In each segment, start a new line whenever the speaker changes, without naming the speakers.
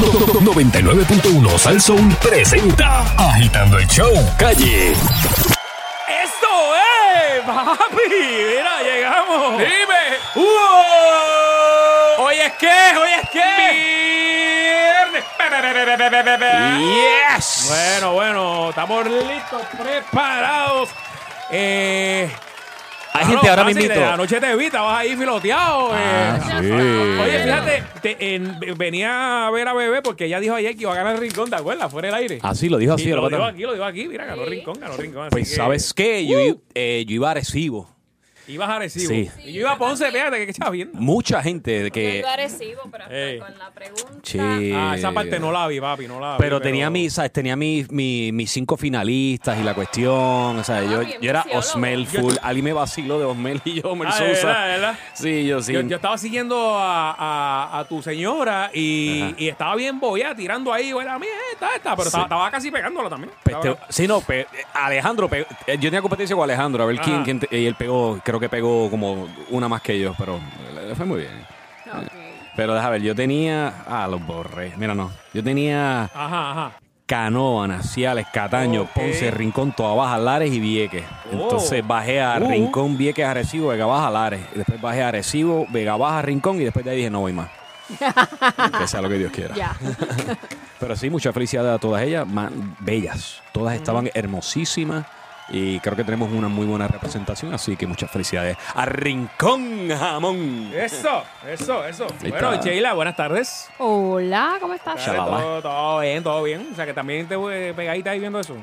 No, no, 99.1 Salsoul presenta Agitando el Show Calle.
¡Esto es! ¡Papi! ¡Mira, llegamos!
¡Dime!
¡Wow! ¿Hoy es qué? ¿Hoy es
¡Viernes!
¡Yes! Bueno, bueno, estamos listos, preparados. Eh,
Hay
ah,
gente
no,
ahora
fácil,
mismito.
Anoche te vi, estabas ahí filoteado. eh. Oye, fíjate, te- en- venía a ver a Bebé porque ella dijo ayer que iba a ganar el rincón, ¿te acuerdas? Fuera del
Ah,
aire.
Así lo dijo
Y
así.
lo
lo
digo
pata-
aquí, lo digo aquí, mira, ganó rincón, ganó rincón. así
pues
que
sabes qué, yo, eh, yo iba a Arecibo.
Ibas a Arecibo.
Sí.
Y yo iba a Ponce, fíjate que qué estaba viendo.
Mucha gente de que...
Yo agresivo, pero hasta
Ey.
con la pregunta.
Che.
Ah, esa parte no la vi, papi, no la vi.
Pero tenía mis, ¿sabes? tenía mis, mis, mis cinco finalistas y la cuestión, o sea, yo,
bien
yo era
sociólogo.
Osmel full, alguien me vaciló de Osmel y yo Osmel
Ah, de
Sousa.
verdad, de verdad.
Sí, yo sí.
Yo, yo estaba siguiendo a, a- a tu señora y, y estaba bien boya tirando ahí, la mía, esta, esta, pero
Sí.
estaba, estaba casi pegándola también.
Pues te-
Estaba-
sí, no, pe- Alejandro, pe- eh, yo tenía competencia con Alejandro, a ver
Ajá.
quién, quién te- y él pegó, creo que pegó como una más que yo, pero le- le fue muy bien.
Ok.
Pero déjame ver, yo tenía, ah, los borré, mira, no, yo tenía
Ajá, ajá.
Canoa, Naciales, Cataño,
Ok.
Ponce, Rincón, Toa Baja, Lares y Vieques.
Oh.
Entonces bajé a
Uh.
Rincón, Vieques, Arecibo, Vega Baja, Lares. Y después bajé a Arecibo, Vega Baja, Rincón y después de ahí dije no voy más. que sea lo que Dios quiera.
Ya.
Pero sí, mucha felicidad a todas ellas, ma- bellas. Todas estaban hermosísimas y creo que tenemos una muy buena representación, así que muchas felicidades a Rincón Jamón.
Eso, eso, eso.
Ahí
bueno,
está.
Sheila, buenas tardes.
Hola, ¿cómo estás?
Shalom. Shalabá.
Todo, todo bien, todo bien. O sea, que también te eh, pegadita ahí viendo eso.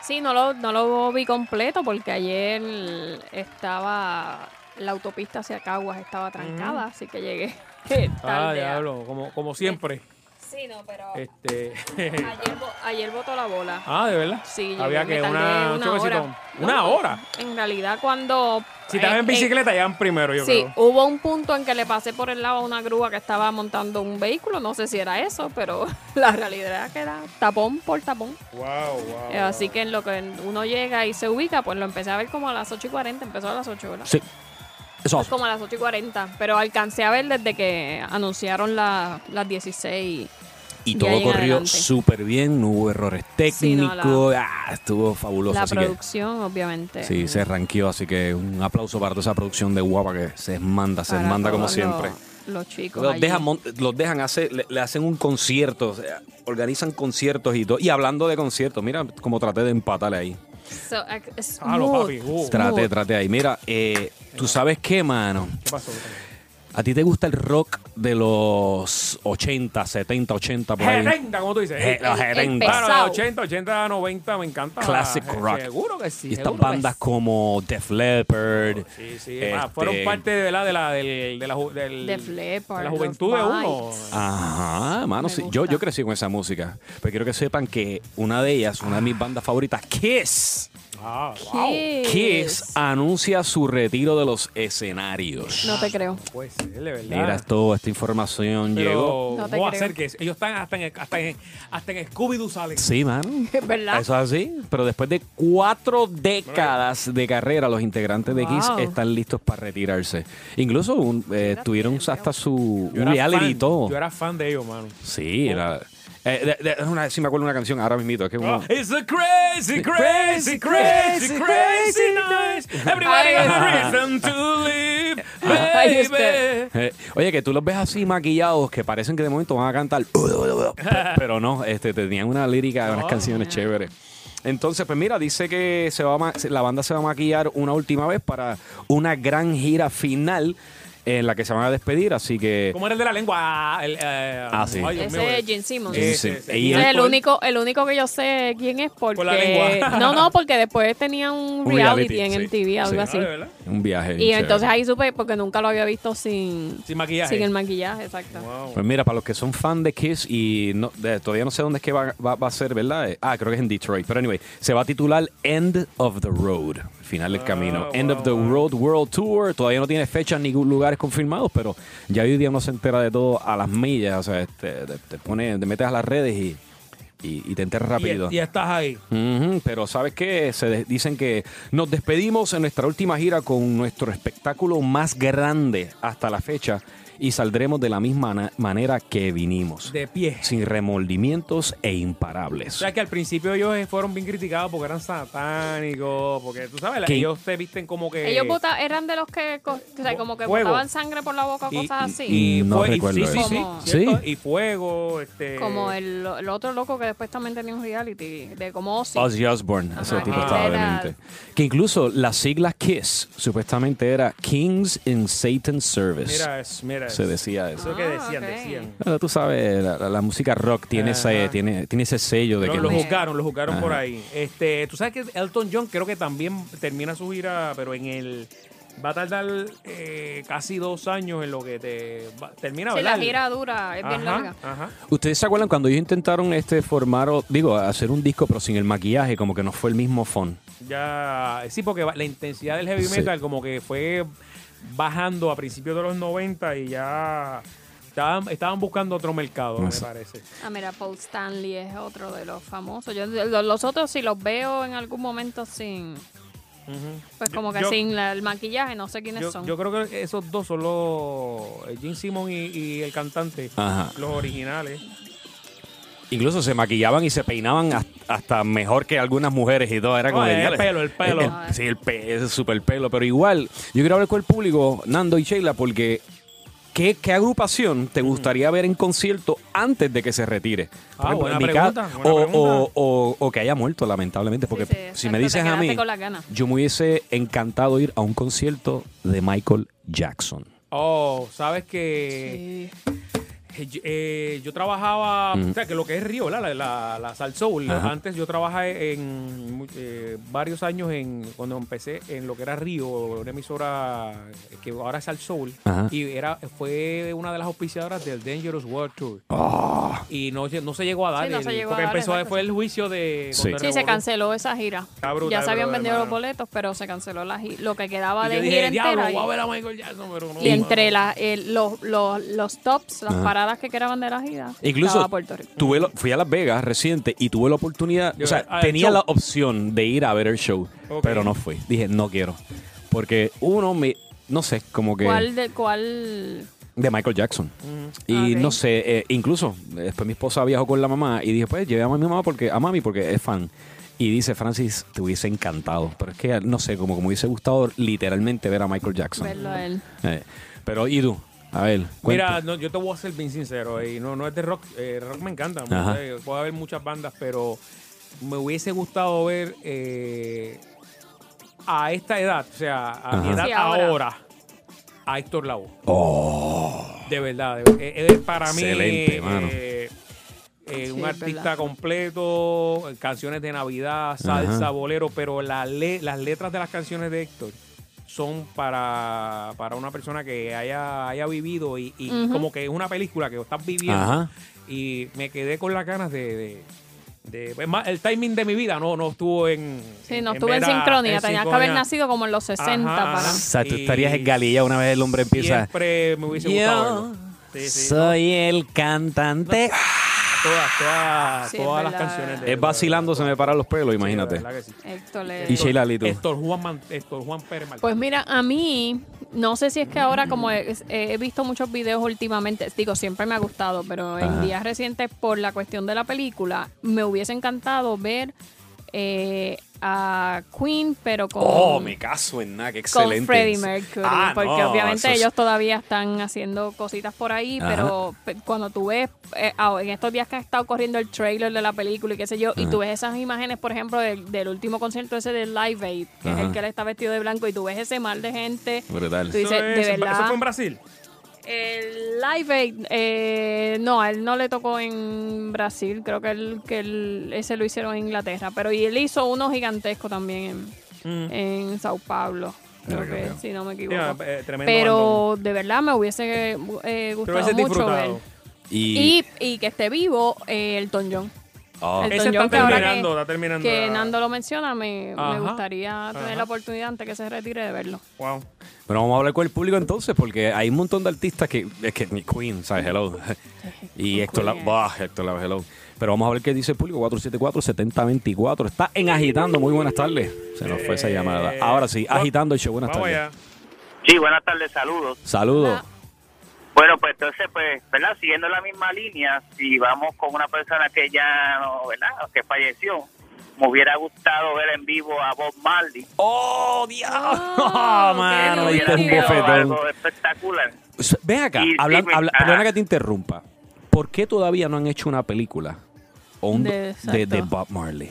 Sí, no lo, no lo vi completo porque ayer estaba la autopista hacia Caguas estaba trancada, así que llegué tarde.
Mm. Ah,
a-
diablo, como, como siempre.
Sí, no, pero
Este.
ayer, vo- ayer botó la bola.
ah, de verdad.
Sí,
Había
llegué,
que
me
una,
tardé
un
una
choquecito.
hora.
Una
No,
hora.
En realidad cuando...
Si estás
eh,
en bicicleta, llegan primero, yo
Sí,
creo.
hubo un punto en que le pasé por el lado a una grúa que estaba montando un vehículo, no sé si era eso, pero la realidad es que era tapón por tapón.
Wow,
Oh,
wow.
Eh, Así que en lo que uno llega y se ubica, pues lo empecé a ver como a las 8 y 40, empezó a las 8, ¿verdad?
Sí. Eso.
Pues como a las 8 y 40, pero alcancé a ver desde que anunciaron la- las 16.
Y
Ya
todo
llegan
corrió
adelante.
súper bien, no hubo errores
Sí, no,
técnicos,
la-
ah, estuvo fabuloso.
la
así que-
producción, obviamente.
Sí, se ranqueó, así que un aplauso para toda esa producción de guapa que se manda, se
Para
manda como
todos los-
siempre.
Los chicos.
Los
allí.
dejan, mon- los dejan hacer, le, le hacen un concierto, o sea, organizan conciertos y todo. Y hablando de conciertos, mira cómo traté de empatarle ahí.
So, ac- es
Ah, lo
mood.
papi, uh.
Traté,
Mood.
traté ahí. Mira, eh, tú sabes qué, mano.
¿Qué pasó?
¿A ti te gusta el rock de los 80, 70, 80 por ahí?
Gerenda, como tú dices.
Je- los
El- el
70.
Eh, pesado.
Claro, 80, 80, 90, me encanta.
Classic
Eh,
rock.
Seguro que sí.
Y estas
seguro que
bandas
sí.
como Def Leppard.
Sí, sí.
este,
ah, fueron parte de la, de la, del, de la, ju- del-
Def Leppard,
de la
los
juventud de uno.
Bites.
Ajá, mano,
Me
sí. Yo, yo
gusta.
crecí con esa música. Pero quiero que sepan que una de ellas, una de mis bandas favoritas, Kiss,
Ah,
¿Qué
Kiss
es?
anuncia su retiro de los escenarios.
No te creo.
pues es de verdad.
Mira, toda esta información
Pero,
llegó.
No te
¿cómo va a
creo.
ser que es? ellos están hasta en, hasta en, hasta en Scooby-Doo salen?
Sí, mano.
¿Verdad?
Eso es así. Pero después de cuatro décadas de carrera, los integrantes de Kiss
Wow.
están listos para retirarse. Incluso un, eh, tuvieron hasta su un
Yo era
reality y
fan,
todo.
Yo era Oh. fan de ellos, mano.
Sí, era. eh, de- de- una, sí me acuerdo de una canción ahora mismito. Es que uno-
It's a crazy, crazy, crazy, crazy night. Everybody has a reason to live,
Ay, usted.
baby.
Eh, oye, que tú los ves así maquillados que parecen que de momento van a cantar, pero no, este, tenían una lírica, unas canciones chéveres. Entonces, pues mira, dice que se va a ma- la banda se va a maquillar una última vez para una gran gira final en la que se van a despedir, así que...
¿Cómo era el de la lengua? El, eh,
Ah, sí.
ay, Dios mío.
Ese es Gene Simmons.
Sí,
Eh,
sí.
sí, sí.
Y
Ese es
él-
el único, el único que yo sé quién es porque.
la lengua.
No, no, porque después tenía un
Un
reality,
reality,
en
sí.
MTV, algo
Sí.
así.
Ah, ¿de verdad?
Un viaje.
Y
chévere.
entonces ahí supe porque nunca lo había visto sin,
Sin maquillaje.
sin el maquillaje, exacto.
Pues mira, para los que son fan de Kiss y no, de- todavía no sé dónde es que va, va- va a ser, ¿verdad? Eh, Ah, creo que es en Detroit. Pero anyway, se va a titular End of the Road, final del camino. End of the Road World Tour. Todavía no tiene fechas ni lugares confirmados, pero ya hoy día uno se entera de todo a las millas. O sea, te, te- te pone, te metes a las redes y, y- y te enteras rápido.
Y, y estás ahí.
Ujú, pero sabes que se de- dicen que nos despedimos en nuestra última gira con nuestro espectáculo más grande hasta la fecha y saldremos de la misma na- manera que vinimos.
De pie.
Sin remordimientos e
O
imparables.
sea que al principio ellos eh, fueron bien criticados porque eran satánicos, porque tú sabes, la-
¿Qué?
ellos se visten como que...
Ellos bota- eran de los que, co- o sea, como que
Fuego.
botaban sangre por la boca,
y-
cosas
y-
así.
Y,
No
fue- y-
recuerdo
sí,
eso.
sí, sí,
Como-
¿cierto?
Sí.
Y fuego, este...
como el, el otro loco que después también tenía un reality de como Ozzy.
Ozzy Osbourne, ese
Ajá,
tipo
que
estaba
era-
demente. Que incluso la sigla KISS supuestamente era Kings in Satan's Service.
Mira eso, mira eso.
se decía eso.
Eso que
Ah,
decían,
ok.
decían.
Bueno, tú sabes, la, la- la música rock tiene ese,
Ajá.
tiene, tiene ese sello de
Lo,
que
lo
no-
juzgaron, lo juzgaron por ahí. Este, tú sabes que Elton John creo que también termina su gira, pero en el... Va a tardar eh, casi dos años en lo que te... va- termina,
Sí,
Ah, ¿verdad?
la gira dura, es bien
Ajá,
larga.
Ajá.
¿Ustedes se acuerdan cuando ellos intentaron este formar, o, digo, hacer un disco pero sin el maquillaje, como que no fue el mismo font?
Ya, sí, porque va- la intensidad del heavy
Sí.
metal como que fue bajando a principios de los 90 y ya estaban, estaban buscando otro mercado, me
Exacto.
parece.
Ah, mira, Paul Stanley es otro de los famosos. Yo de- de- los otros si los veo en algún momento sin, pues como que
Yo-
sin la- el maquillaje, no sé quiénes
Yo,
son.
yo creo que esos dos son los eh, Gene Simon y, y el cantante,
Ajá.
los originales.
Incluso se maquillaban y se peinaban has- hasta mejor que algunas mujeres y todo. Era
No,
como
Oh, el
"Diablo".
pelo, el pelo.
Eh, sí, el pe- ese super pelo. Pero igual, yo quiero hablar con el público, Nando y Sheila, porque ¿qué, qué agrupación te gustaría ver en concierto antes de que se retire?
Mm. Ah, buena
en mi
pregunta,
ca-
buena
o,
pregunta.
o- o- o que haya muerto, lamentablemente. Porque
sí,
si me
exacto, te
dices a
quedaste
mí,
con las ganas.
yo me hubiese encantado ir a un concierto de Michael Jackson.
Oh, sabes que
Sí.
eh, yo- eh, yo trabajaba, o sea, que lo que es Río, ¿verdad? la, la, la Sal Soul.
Ajá.
Antes yo trabajé en mu- eh, varios años en cuando empecé en lo que era Río, una emisora que ahora es Sal Soul.
Ajá.
Y era, fue una de las auspiciadoras del Dangerous World Tour.
Ah.
Y no, lle- no se llegó a dar,
Sí, no se
el-
llegó
porque
a dar,
empezó,
exacto.
fue el juicio de...
Sí.
cuando
Sí, se
revolú-
canceló esa gira.
Está brutal,
ya se habían
brother,
vendido los
hermano.
boletos, pero se canceló la gi- lo que quedaba
Y yo
de
dije,
gira
diablo,
entera.
voy a
Y,
ver a Michael Jackson, pero no.
y entre la- el- los, los, los tops, las paradas que quedaban de la gira,
Incluso
estaba Puerto Rico.
tuve lo- fui a Las Vegas reciente y tuve la oportunidad,
Yo-
o sea,
ah, el
tenía
show.
la opción de ir a ver el show,
Ok.
pero no fui. Dije, no quiero. Porque uno me, no sé, como que...
¿Cuál de cuál?
De Michael Jackson. Y
Ok.
no sé, eh, incluso eh, después mi esposa viajó con la mamá y dije, pues llevé a mi mamá porque, a mami porque es fan. Y dice, Francis, te hubiese encantado. Pero es que, no sé, como, como hubiese gustado literalmente ver a Michael Jackson.
Verlo a él.
Eh, pero, ¿y tú? A ver,
Mira,
cuenta.
no, yo te voy a ser bien sincero, y no, no es de rock, eh, rock me encanta,
Ajá.
eh, puede haber muchas bandas, pero me hubiese gustado ver eh, a esta edad, o sea, a mi
Ajá.
edad
Sí, ahora.
ahora. a Héctor Lavoe.
Oh,
De verdad, de- eh, eh, para mí
Excelente, mano.
eh, eh,
Sí,
un
es
artista
verdad.
completo, eh, canciones de Navidad, salsa, bolero, pero la le- las letras de las canciones de Héctor son para, para una persona que haya, haya vivido y, y como que es una película que estás viviendo.
Ajá.
Y me quedé con las ganas de... de- de- pues, más, el timing de mi vida no, no estuvo en...
Sí, no estuve en
vera-
sincronía.
Eh, en
Tenías que
sincronía.
haber nacido como en los 60
Ajá,
para.
ajá.
Exacto,
y-
estarías en Galilea una vez el hombre empieza.
Ah, Siempre me hubiese gustado
Yo
verlo. Sí, sí,
soy el cantante.
Todas, todas,
Sí, es
todas las
verdad.
canciones de
Es vacilando, se me paran los pelos,
Sí,
imagínate.
la verdad que sí.
Héctor le-
Y Sheila Lee, tú.
Héctor Juan, Man- Héctor Juan Pérez Martínez.
Pues mira, a mí, no sé si es que ahora como he, he visto muchos videos últimamente, digo, siempre me ha gustado, pero en
Ajá.
días recientes por la cuestión de la película, me hubiese encantado ver eh, a Queen, pero con,
Oh, me caso en nada, qué excelente.
con Freddie Mercury,
Ah,
porque
no, eso
obviamente
es-
ellos todavía están haciendo cositas por ahí,
Ajá.
pero pe- cuando tú ves, eh, ah, en estos días que ha estado corriendo el trailer de la película y qué sé yo, y tú ves esas imágenes, por ejemplo, del, del último concierto ese del Live Aid, que es
Ajá.
el que él está vestido de blanco, y tú ves ese mar de gente.
Brutal.
Tú dices,
Eso es-
de
Eso
verdad.
fue en Brasil.
El Live Aid, eh, no, a él no le tocó en Brasil, creo que, él, que él- ese lo hicieron en Inglaterra, pero y él hizo uno gigantesco también en, en Sao Paulo, creo
Creo que
que,
veo.
si no me equivoco.
Ya, eh, tremendo bandón.
pero de verdad me hubiese eh,
Pero
gustado
ese
mucho ver.
disfrutado.
Y,
Y, y que esté vivo eh, el Elton John.
oh,
El
Ese
Elton
está
John, que ahora
terminando,
que-
está terminando.
Que
la-
Nando lo menciona, me, me
Ajá,
gustaría
ajá.
tener la oportunidad antes que se retire de verlo.
Wow.
Pero vamos a hablar con el público entonces, porque hay un montón de artistas que. Es que ni Queen, ¿sabes? Hello. Y Héctor
Queen,
Lavoe,
eh.
bah, Héctor Lavoe, hello. Pero vamos a ver qué dice el público. 474-7024. Está en Agitando. Muy buenas tardes. Se nos fue esa llamada. Ahora sí, Agitando el show. Buenas
Vamos
tardes.
allá.
Sí, buenas tardes, saludos.
Saludos.
Hola.
Bueno, pues entonces, pues, ¿verdad? Siguiendo la misma línea, si vamos con una persona que ya, no, ¿verdad? Que falleció, me hubiera gustado ver en vivo a Bob Marley.
¡Oh, diablo!
Oh,
mano,
qué
diste Ah, un
lindo.
bofetón.
Algo espectacular.
S- Ven acá,
Y-
hablan-
y me-
habla-
ajá.
perdona que te interrumpa. ¿Por qué todavía no han hecho una película o un-
De-
de,
exacto.
de, Bob Marley?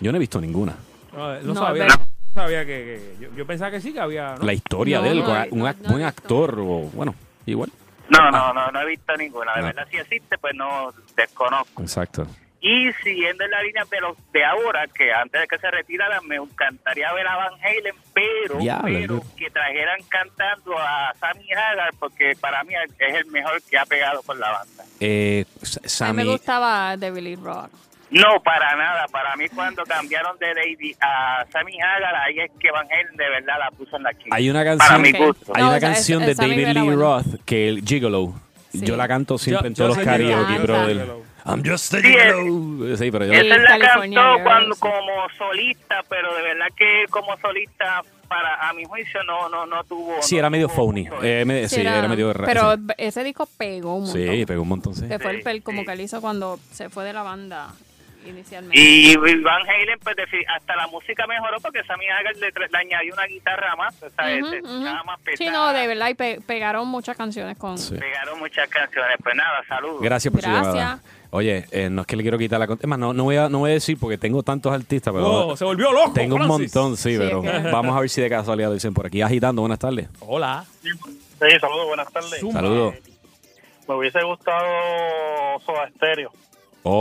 Yo no he visto ninguna.
No,
No,
no sabía,
pero-
no sabía que, que- yo, yo pensaba que sí que había. ¿no?
La historia
No,
de él,
no,
con
no,
un ac-
no he visto.
buen actor o bueno, igual.
No,
Ah.
no, no, no he visto ninguna. De
No.
verdad, si existe, pues no desconozco.
Exacto.
Y siguiendo en la línea de los de ahora, que antes de que se retiraran, me encantaría ver a Van Halen, pero,
Diablo,
pero
dude.
que trajeran cantando a Sammy Hagar, porque para mí es el mejor que ha pegado con la banda.
Eh, S-
A mí me
Sammy,
gustaba The Billy Rock.
No, para nada. Para mí, cuando cambiaron de Lady a Sammy Hagar, ahí es que Van Halen de verdad la puso en la quinta.
hay una
Para
canción,
mi
Ok.
gusto.
hay
No,
una
o sea, es-
canción de
esa a mí me
David
era
Lee
buena.
Roth que el Gigolo.
Sí.
Yo la canto siempre
Yo-
en
yo
todos
soy
los
Gigolo,
karaoke,
yo
brother.
soy Gigolo.
I'm just a
Sí, es-
Gigolo. Sí, pero yo-
El
Esa la
California
cantó
Girls.
cuando, como solista, pero de verdad que como solista, para a mi juicio, no no no tuvo.
sí,
no
era medio
tuvo
phony.
mucho.
Eh, me- sí, era, medio ra-
Pero
sí.
ese disco pegó un montón.
Sí, pegó un montón, sí.
Que fue el
Sí,
pel- como
sí.
que él hizo cuando se fue de la banda inicialmente.
Y y Van Halen, pues defi- hasta la música mejoró porque Sammy Hagar le, tra- le añadió una guitarra más, o sea,
Ujú,
este,
ujú.
nada más
Sí,
pesada.
no, de verdad, y pe- pegaron muchas canciones con...
Sí.
Pegaron muchas canciones, pues nada, saludos.
Gracias por su
Gracias.
llamada. Oye, eh, no es que le quiero quitar la con- Es más, no, no, voy a, no voy a decir porque tengo tantos artistas, pero
Oh, se volvió loco.
tengo un
Francis.
montón, sí,
Sí,
pero
es que-
vamos a ver si de casualidad lo dicen por aquí. Agitando, buenas tardes.
Hola.
Sí, saludos, buenas tardes.
Zumba.
Saludos.
Me hubiese gustado Soda Stereo.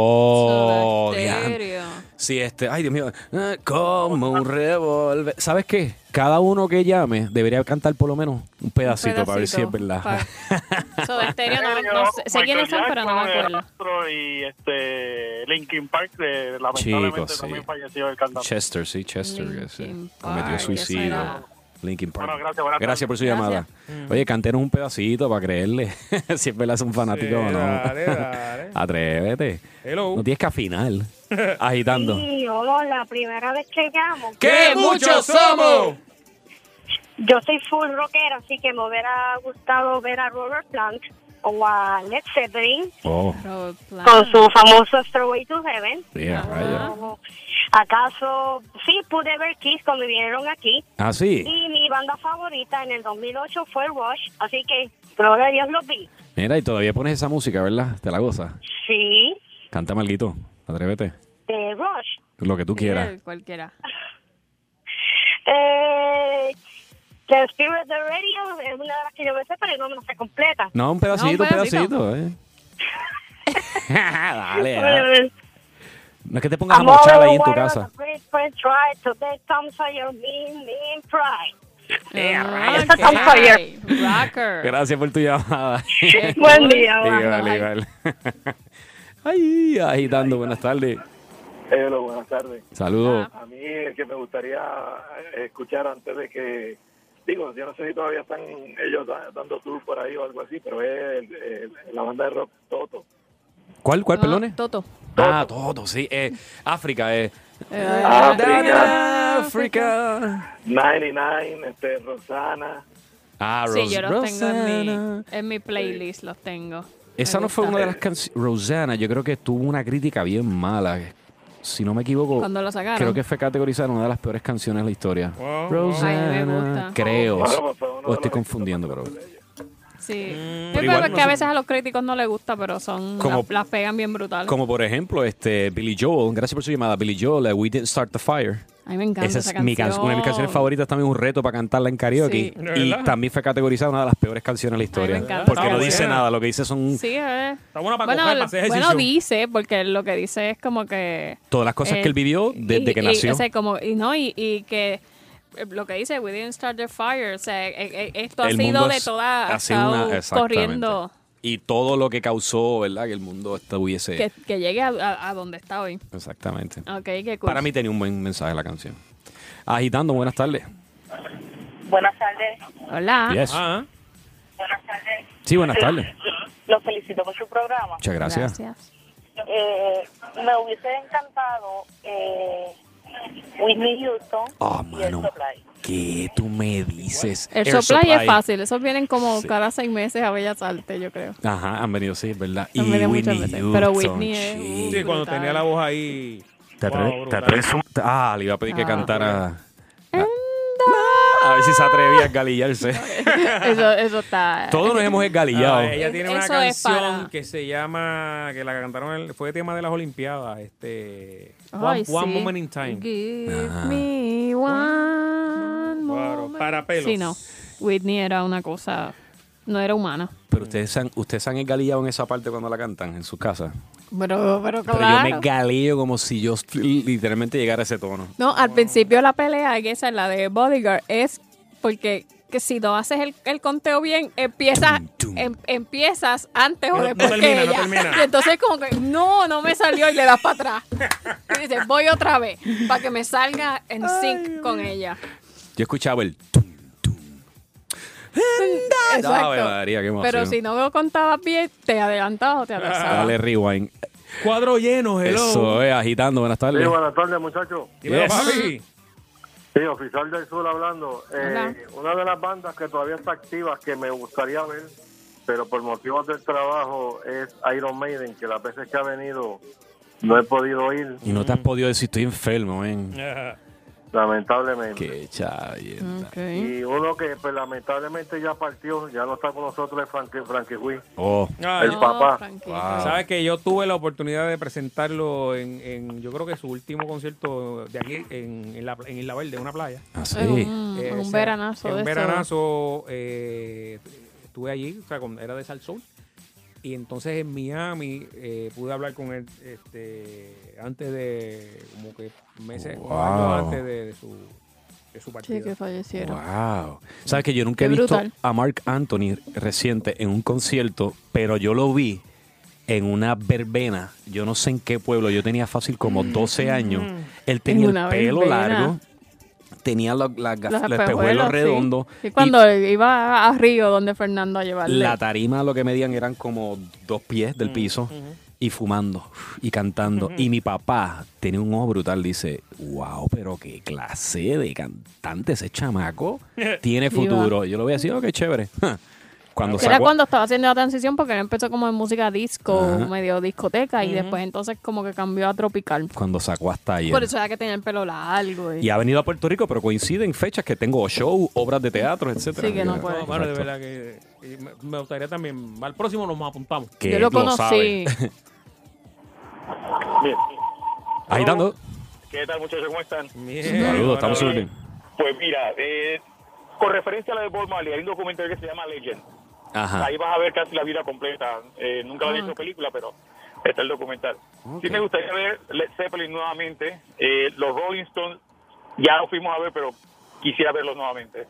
Oh,
Soda
diantre.
Stereo.
Sí, este, ay Dios mío, Ah, como un revólver. ¿Sabes qué? Cada uno que llame debería cantar por lo menos un pedacito, para ver si es verdad.
Pa- Soda Stereo, no, no sé, sé
Michael
quiénes son, pero no me
Jackson,
acuerdo.
Astro Y este, Linkin Park, eh, lamentablemente
Chico, sí.
también falleció el cantante.
Chester, sí, Chester, que se
Linkin Park,
cometió
eso
suicidio.
era.
Linkin Park.
Bueno, gracias, buenas tardes.
por su
Gracias.
llamada. Oye, cantenos un pedacito para creerle si es verdad es un fanático
Sí,
o no. Ah.
dale, dale.
Atrévete.
Hello.
No tienes que afinar. Agitando.
Sí, hola, la primera vez que llamo.
¡Qué muchos somos!
Yo soy full rockera, así que me hubiera gustado ver a Robert Plant o a Led Zeppelin
Oh,
Robert Plant.
con su famoso Strawway to Heaven.
yeah, vaya.
O, ¿Acaso? Sí, pude ver Kiss cuando vinieron aquí.
Ah, sí.
Y mi banda favorita en el 2008 fue Rush, así que, gloria a Dios, los vi.
Mira, y todavía pones esa música, ¿verdad? Te la gozas.
Sí,
Canta malguito. Atrévete.
de Rush.
Lo que tú quieras.
Sí, Cualquiera.
Eh, The Spirit of the Radio es una de las que yo me sé, pero no me la sé completa.
No, un pedacito,
No,
un
un
pedacito.
pedacito.
eh. dale, dale.
Eh,
No es que te pongas a mochar ahí en tu casa.
Ah,
está tan
ok.
fire.
Rocker.
Gracias por tu llamada.
Buen día,
igual, igual. Ay, agitando. Buenas tardes.
Hello, buenas tardes.
Saludos.
A mí el que me gustaría escuchar antes de que, digo, yo no sé si todavía están ellos da- dando tour por ahí o algo así, pero es el- el- la banda de rock Toto.
¿Cuál, cuál,
Ah,
pelones?
Toto.
Ah, todo, sí. Eh, África, eh.
Ah,
África.
África.
99, este, Rosana.
Ah,
Sí,
Ros-
yo los tengo en
Rosanna.
mi, en mi playlist, los tengo.
Esa
Me
no fue
gusta.
una de las canciones. Rosana, yo creo que tuvo una crítica bien mala. Si no me equivoco,
Cuando la sacaron.
creo que fue categorizada en una de las peores canciones de la historia.
Wow,
Ay, me
Rosana,
gusta.
creo.
Claro, pues fue uno de
O estoy
los éxitos
confundiendo, pero.
Sí.
Mm,
Sí,
pero
pero
igual
es
no
que a
son-
veces a los críticos no les gusta, pero son
Como-
las, las pegan bien brutales.
Como por ejemplo, este Billy Joel, gracias por su llamada, Billy Joel, eh, We Didn't Start the Fire.
a mí me encanta esa,
Esa es
canción.
mi canción, una de mis canciones favoritas, también un reto para cantarla en
Sí.
karaoke.
¿De
Y
verdad?
también fue categorizada una de las peores canciones de la
me
historia.
encanta.
Porque
Está
no dice
buena.
nada, lo que dice son
Sí, eh.
Está buena para
bueno,
coger,
lo-
para hacer ejercicio.
bueno, dice, porque lo que dice es como que...
todas las cosas
eh,
que él vivió desde
y-
que
y,
nació.
o sea, como, y, no, y, y que eh, lo que dice, we didn't start the fire, o sea, eh, eh, esto ha
El
sido
mundo
de
es-
toda...
ha sido una-
estado
exactamente.
corriendo,
Y todo lo que causó, ¿verdad? Que el mundo estuviese.
que, que llegue a, a- a donde está hoy.
Exactamente.
Ok, qué cool.
Para mí tenía un buen mensaje la canción. Agitando, buenas tardes.
Buenas tardes.
Hola.
Yes.
Ah,
Buenas tardes.
Sí, buenas tardes.
Los felicito por su programa.
Muchas gracias.
Eh, me hubiese encantado eh, Whitney Houston
Oh,
y el
mano.
Supply.
¿Qué tú me dices?
El
Air
supply,
Supply.
es fácil, esos vienen como
Sí.
cada seis meses a Bellas Artes, yo creo.
Ajá, han venido, sí, es verdad.
Han venido muchas veces, pero Whitney es-
chico.
Sí, cuando
brutal.
tenía la voz ahí.
Te
Wow,
atreves- te
brutal.
atreves un- Ah, le iba a pedir que
Ah.
cantara. Ah. A ver si se atrevía a galillarse.
eso, eso está. eh.
Todos nos hemos esgalillado.
Ah, ella tiene una
Eso es
canción
para-
que se llama, que la cantaron, el- fue tema de las Olimpiadas, este, One,
Ay,
One
sí.
Moment in Time.
Give
Ajá.
me one
Claro,
moment.
para pelos.
Sí, no. Whitney era una cosa. No era humana.
Pero ustedes se han, ustedes se han esgalillado en esa parte cuando la cantan en sus casas.
Pero, pero
Pero
claro.
yo me galillo como si yo estu- literalmente llegara a ese tono.
No, al principio la pelea, que esa es la de Bodyguard, es porque que si no haces el, el conteo bien, empiezas,
Tum, tum.
em- empiezas antes
No-
o
no
después
termina,
que
no
ella.
termina.
Y entonces como que, no, no me salió y le das para atrás. Y dices, voy otra vez, para que me salga en sync con ella.
Yo escuchaba el tum, tum.
Exacto.
Ave María, qué emoción.
Pero si no lo contabas bien, te adelantabas o te atrasabas.
Dale rewind.
Cuadro lleno, hello.
Eso es, agitando. Buenas tardes.
Sí, buenas tardes, muchachos.
Dímelo,
Yes.
papi.
Sí, Oficial del Sur hablando. Eh,
Hola.
una de las bandas que todavía está activa que me gustaría ver, pero por motivos del trabajo, es Iron Maiden, que las veces que ha venido no he podido ir,
Y no te has podido decir, estoy
Mm.
enfermo, ven.
Ajá.
lamentablemente.
Qué
Mm.
chavienta.
Ok.
Y uno que pues, lamentablemente ya partió, ya no está con nosotros, es Frankie, Frankie Ruiz.
Oh,
Ay,
El papá.
tranquilo.
Wow.
Sabes que yo tuve la oportunidad de presentarlo en, en yo creo que su último concierto de aquí en, en la, en Isla Verde, en una playa.
así.
En un,
Eh,
en Mm, un
o sea,
veranazo
en
de
un
esos.
veranazo eh, estuve allí, o sea, con- era de Salsón. Y entonces en Miami eh, pude hablar con él este, antes de, como que meses,
Wow.
unos años antes de, de su, de su partida.
Sí, que fallecieron.
Wow. Sabes que yo nunca he
Qué
visto
brutal.
a Mark Anthony reciente en un concierto, pero yo lo vi en una verbena. Yo no sé en qué pueblo. Yo tenía fácil como 12 años. Él tenía
Mm.
el
una
pelo
verbena.
largo, tenía los la, gaf-
Los
los espejuelos
espejuelos, sí.
redondos.
Y
y
cuando iba a Río, donde Fernando a llevarle.
la tarima lo que medían eran como dos pies
Mm,
del piso. Y fumando y cantando. Y mi papá tenía un ojo brutal. Dice, wow, pero qué clase de cantante ese chamaco. Tiene
Diva.
futuro. Yo lo voy a decir, oh, qué chévere. cuando
Que era
sacó-
cuando estaba haciendo la transición porque él empezó como en música disco,
Ajá.
medio discoteca, y después entonces como que cambió a tropical.
cuando sacó hasta ayer.
Por eso era que tenía el pelo largo. Y,
Y ha venido a Puerto Rico, pero coinciden fechas que tengo show, obras de teatro, etcétera.
Sí, que no
Ya,
puede.
No, mano, de
exacto.
verdad que eh, me- me gustaría también. Al próximo nos apuntamos.
Que
yo
él
lo conocí.
sabe. Ahí dando.
¿Qué tal, muchachos? ¿Cómo están?
Saludos, estamos súper bien.
Pues mira, eh, con referencia a la de Bob Marley, hay un documental que se llama Legend.
Ajá.
Ahí vas a ver casi la vida completa. Eh, nunca
Ah.
había hecho película, pero está el documental. Sí me gustaría ver Led Zeppelin nuevamente. Eh, los Rolling Stones ya los fuimos a ver, pero quisiera verlos nuevamente.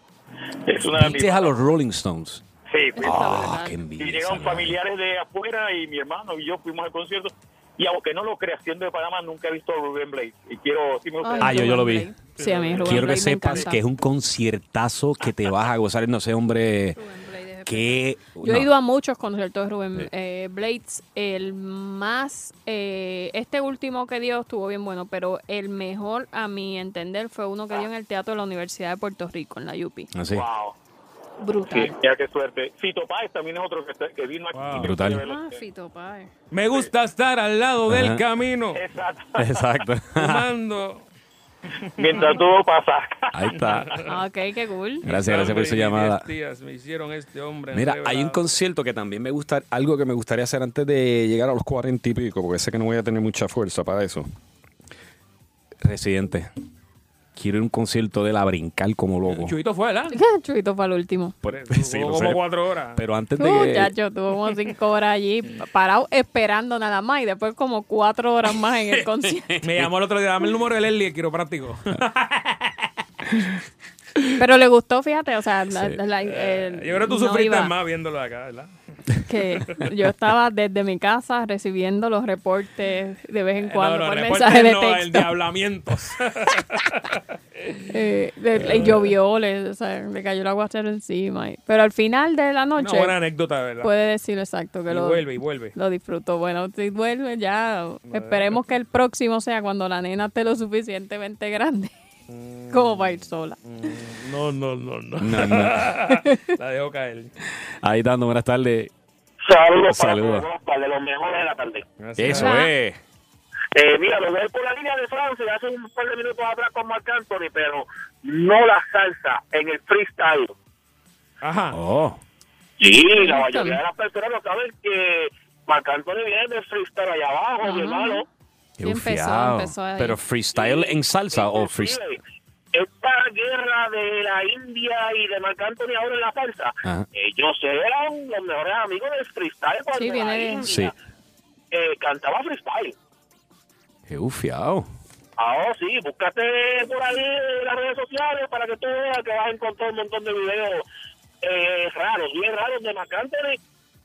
Es una de mis...
Viste a los Rolling Stones.
Sí, fui.
Ah, qué
Y
envidia.
llegaron
¿verdad?
familiares de afuera y mi hermano y yo fuimos al concierto. Y aunque no lo creas, siendo de Panamá, nunca he visto a Rubén Blades. Y quiero... Sí me gustaría
Ah, yo- yo lo vi.
Rubén Blades. Sí, a mí Rubén
Quiero que
Blades me
sepas
encanta.
que es un conciertazo que te vas a gozar. No sé, hombre,
Rubén Blades es
qué...
Yo he ido a muchos conciertos de Rubén
Sí.
eh, Blades. El más, eh, este último que dio estuvo bien bueno, pero el mejor a mi entender fue uno que dio en el Teatro de la Universidad de Puerto Rico, en la UPI.
No sé.
Wow.
Brutal.
Sí, mira qué suerte. Fito Páez también es otro que, está- que vino aquí.
Wow.
Brutal.
Ah, Fito Páez.
Me gusta estar al lado
Ajá.
del camino,
Exacto.
Exacto.
fumando.
Mientras todo pasa.
Ahí está.
Ah, Ok, qué cool.
Gracias, gracias por su
Hambre y
llamada.
mis tías me hicieron este hombre.
Mira,
enredado.
hay un concierto que también me gusta, algo que me gustaría hacer antes de llegar a los cuarenta y pico, porque sé que no voy a tener mucha fuerza para eso. Residente, quiero ir a un concierto de la brincar como loco.
Chuito fue, ¿verdad?
Chuito para el último.
Por- sí,
Jugó
lo
como
sé.
cuatro horas.
Pero antes de
Uh, ya
que...
yo tuve como cinco horas allí parado esperando nada más y después como cuatro horas más en el concierto.
Me llamó el otro día, dame el número de Leslie, el quiropráctico.
Pero le gustó, fíjate, o sea, la- la- la- el-
Yo creo que tú
no
sufriste
iba.
más viéndolo de acá, ¿verdad?
que yo estaba desde mi casa recibiendo los reportes de vez en cuando
Eh, no, no,
por
reporte
mensaje de
no,
texto.
el de hablamientos.
Eh, de- le llovió, le, o sea, le cayó el aguacero encima. y- pero al final de la noche.
Una buena anécdota, de ¿verdad?
Puede decir exacto que
Y
lo.
vuelve, y vuelve.
Lo disfrutó. Bueno, si vuelve ya. Esperemos que el próximo sea cuando la nena esté lo suficientemente grande. Como para ir sola.
No, no, no, no.
No, no.
La dejo caer.
Ahí dando, buenas tardes.
Saludos, para
Saludos.
todos, buenas tardes, los mejores de la tarde.
Eso
Ajá.
es.
Eh, mira, lo veo por la línea de Francia hace un par de minutos atrás con Marc Anthony, pero no la salsa en el freestyle.
Ajá.
Oh.
Sí, la
Freestyle.
mayoría de las personas no saben que Marc Anthony viene del freestyle allá abajo, mi hermano.
qué
Sí, empezó,
ufiao.
empezó ahí.
Pero freestyle en salsa o freestyle.
Inclusive, Esta guerra de la India y de Marc Anthony ahora en la salsa,
Ajá.
ellos eran los mejores amigos del freestyle cuando
Sí,
la
viene de-
India
Sí.
eh, cantaba freestyle.
Qué ufiao.
Ah, oh, sí, búscate por ahí en las redes sociales para que tú veas que vas a encontrar un montón de videos eh, raros, bien raros de Macantele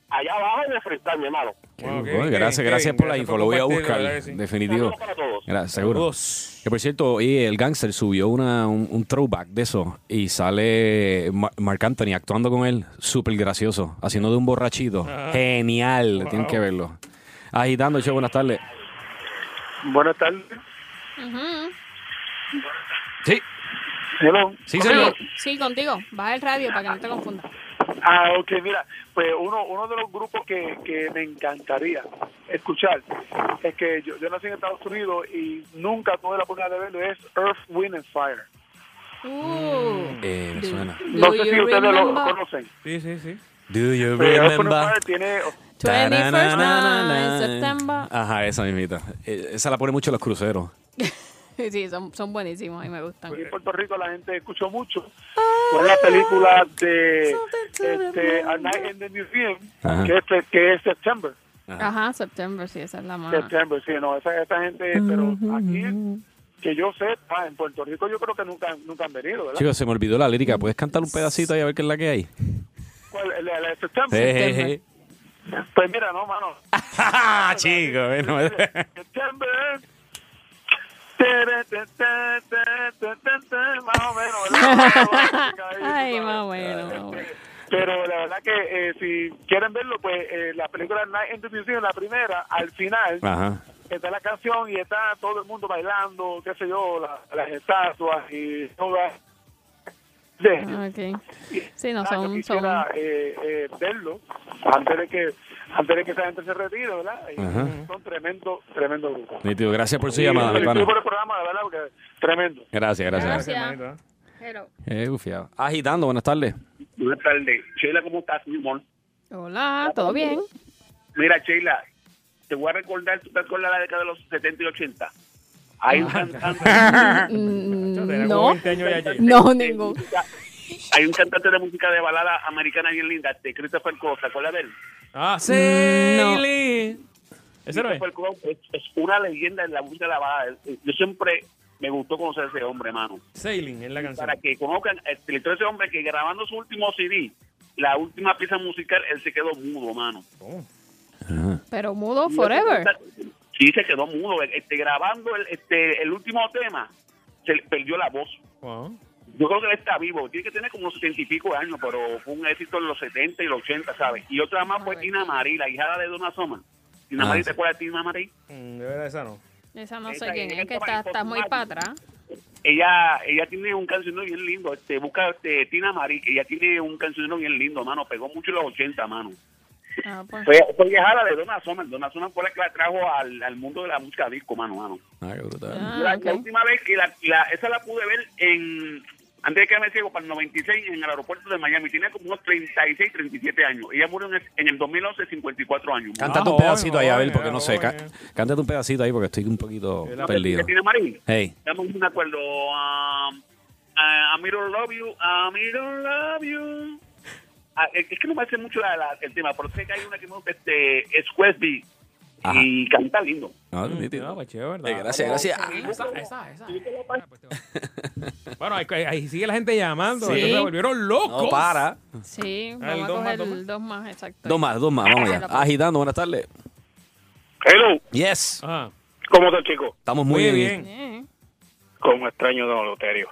allá abajo en el freestyle, mi hermano.
Qué
Wow, qué
bueno.
bien,
gracias,
qué
gracias
bien.
por la
Gracias
info.
por
Lo voy a
compartir, la
buscar.
verdad que sí.
Definitivo.
Saludos para todos.
Gracias, seguro.
Dos.
Que por cierto, oye, el Gangster subió una, un, un throwback de eso y sale Mar Marc Anthony actuando con él, súper gracioso, haciendo de un borrachito.
Ah.
Genial, tienen que verlo. Agitando, che, buenas tardes.
Buenas tardes.
Sí,
Hello.
sí, señor.
Sí, contigo. Baja el radio para que no te confundas.
Ah, ok, mira, pues uno, uno de los grupos que, que me encantaría escuchar es que yo, yo nací en Estados Unidos y nunca tuve la oportunidad de verlo, es Earth, Wind and Fire.
Uh,
Eh, me Mm. suena.
No
Do
sé
you
si ustedes lo
remember?
conocen.
Sí, sí, sí.
Do you
Pero Earth, Wind and
remember?
Fire tiene...
21st night,
Ta-na-na-na-na.
September.
Ajá, esa mismita. Eh, Esa la ponen mucho en los cruceros.
Sí, son, son buenísimos y me gustan.
Aquí en Puerto Rico la gente escuchó mucho con la película de este, A Night in the Museum,
Ajá.
que es, que es September.
Ajá, September, sí, esa es la más.
September, sí, no, esa, esa gente, pero aquí, que yo sepa, en Puerto Rico yo creo que nunca, nunca han venido, ¿verdad?
Chicos, se me olvidó la lírica. ¿Puedes cantar un pedacito ahí a ver qué es la que hay?
¿Cuál? ¿La, la de September?
Eh, eh,
Pues mira, no, mano.
eh. Chico, bueno.
September. Tere, te, te, te, te, te, te, Más o menos, ¿verdad?
Ay, más bueno, más bueno.
Pero la verdad que eh, si quieren verlo, pues eh, la película Night in the Museum, la primera, al final
Ajá.
está la canción y está todo el mundo bailando, qué sé yo, la- las estatuas y todas. De,
Ah. Ok. Sí, no,
Ah, yo
son, son
quisiera eh, eh, verlo antes de que antes de que esa gente se retire, ¿verdad? Y
Ajá.
Son tremendo, tremendo grupo.
Nítido, gracias por su
Y
llamada, mi
felicito
pana.
por el programa, de verdad, porque tremendo.
Gracias, gracias.
Gracias.
hermanito, ¿eh?
Hello.
Eh, gufiado. Agitando, buenas tardes.
Buenas tardes. Sheila, ¿cómo estás, mi amor?
Hola, ¿todo bien?
Mira, Sheila, te voy a recordar, tú te acuerdas la década de los 70 y 80. Hay un cantante,
Yo
Mm,
tenía como
No,
20 años ya allí.
no, ningún.
hay un cantante de música de balada americana bien linda, de Christopher Cross, ¿te acuerdas de él?
Ah, sí. Ese no es.
Christopher Cross es, es una leyenda en la música de la balada. Yo siempre me gustó conocer a ese hombre, hermano.
Sailing es la canción.
para que conozcan el escritor ese hombre que grabando su último CD, la última pieza musical, él se quedó mudo, mano.
Oh,
Pero
Oh,
mudo forever.
Sí, se quedó mudo. Este, grabando el, este, el último tema, se le perdió la voz.
Wow.
Yo creo que él está vivo. Tiene que tener como unos setenta y pico de años, pero fue un éxito en los 70 y los 80, ¿sabes? Y otra más fue Tina Marí, la hijada de Donna Soma. Tina
Ah,
Marí,
sí.
¿te acuerdas de Tina Marí?
Mm, De verdad, esa no.
Esa no sé
Esa
quién
es
es, que
la
está, está muy
Mariposa
para atrás.
Ella ella tiene un cancionero bien lindo. Este, busca este, Tina Marí, que ella tiene un cancionero bien lindo, mano. Pegó mucho en los 80, mano.
Ah, pues.
Fue, fue viajada de Donna Summer. Donna Summer fue la que la trajo al, al mundo de la música disco, mano, mano.
Ah, qué brutal.
Ah,
la, la
ok.
última vez que la, la- esa la pude ver en, antes de quedarme ciego, para el 96, en el aeropuerto de Miami. Tenía como unos 36, 37 años. Ella murió en el, en el 2011, 54 años.
Cántate un
joven,
pedacito ahí, a ver,
joven,
porque no
era
sé. ca-
joven.
Cántate un pedacito ahí, porque estoy un poquito
Era-
perdido.
¿Tiene Marín?
Hey.
Estamos en un acuerdo. um, ah, I don't love you, I don't love you. Ah, es que no me hace mucho la- la- el tema, pero sé que hay una que me gusta, este, es Westby.
Ajá.
y canta lindo.
No,
No, pues chévere.
Eh, gracias, gracias.
Esa, esa, esa. Bueno, ahí, ahí sigue la gente llamando.
Sí.
Entonces se volvieron locos.
No para.
pues, Sí,
Ah, el
vamos a
dos más,
coger
dos
dos más, exacto.
Dos más, dos más, vamos allá. Agitando, buenas tardes.
Hello,
Yes.
¿cómo estás, chico?
Estamos muy bien.
Como extraño Don Loterio.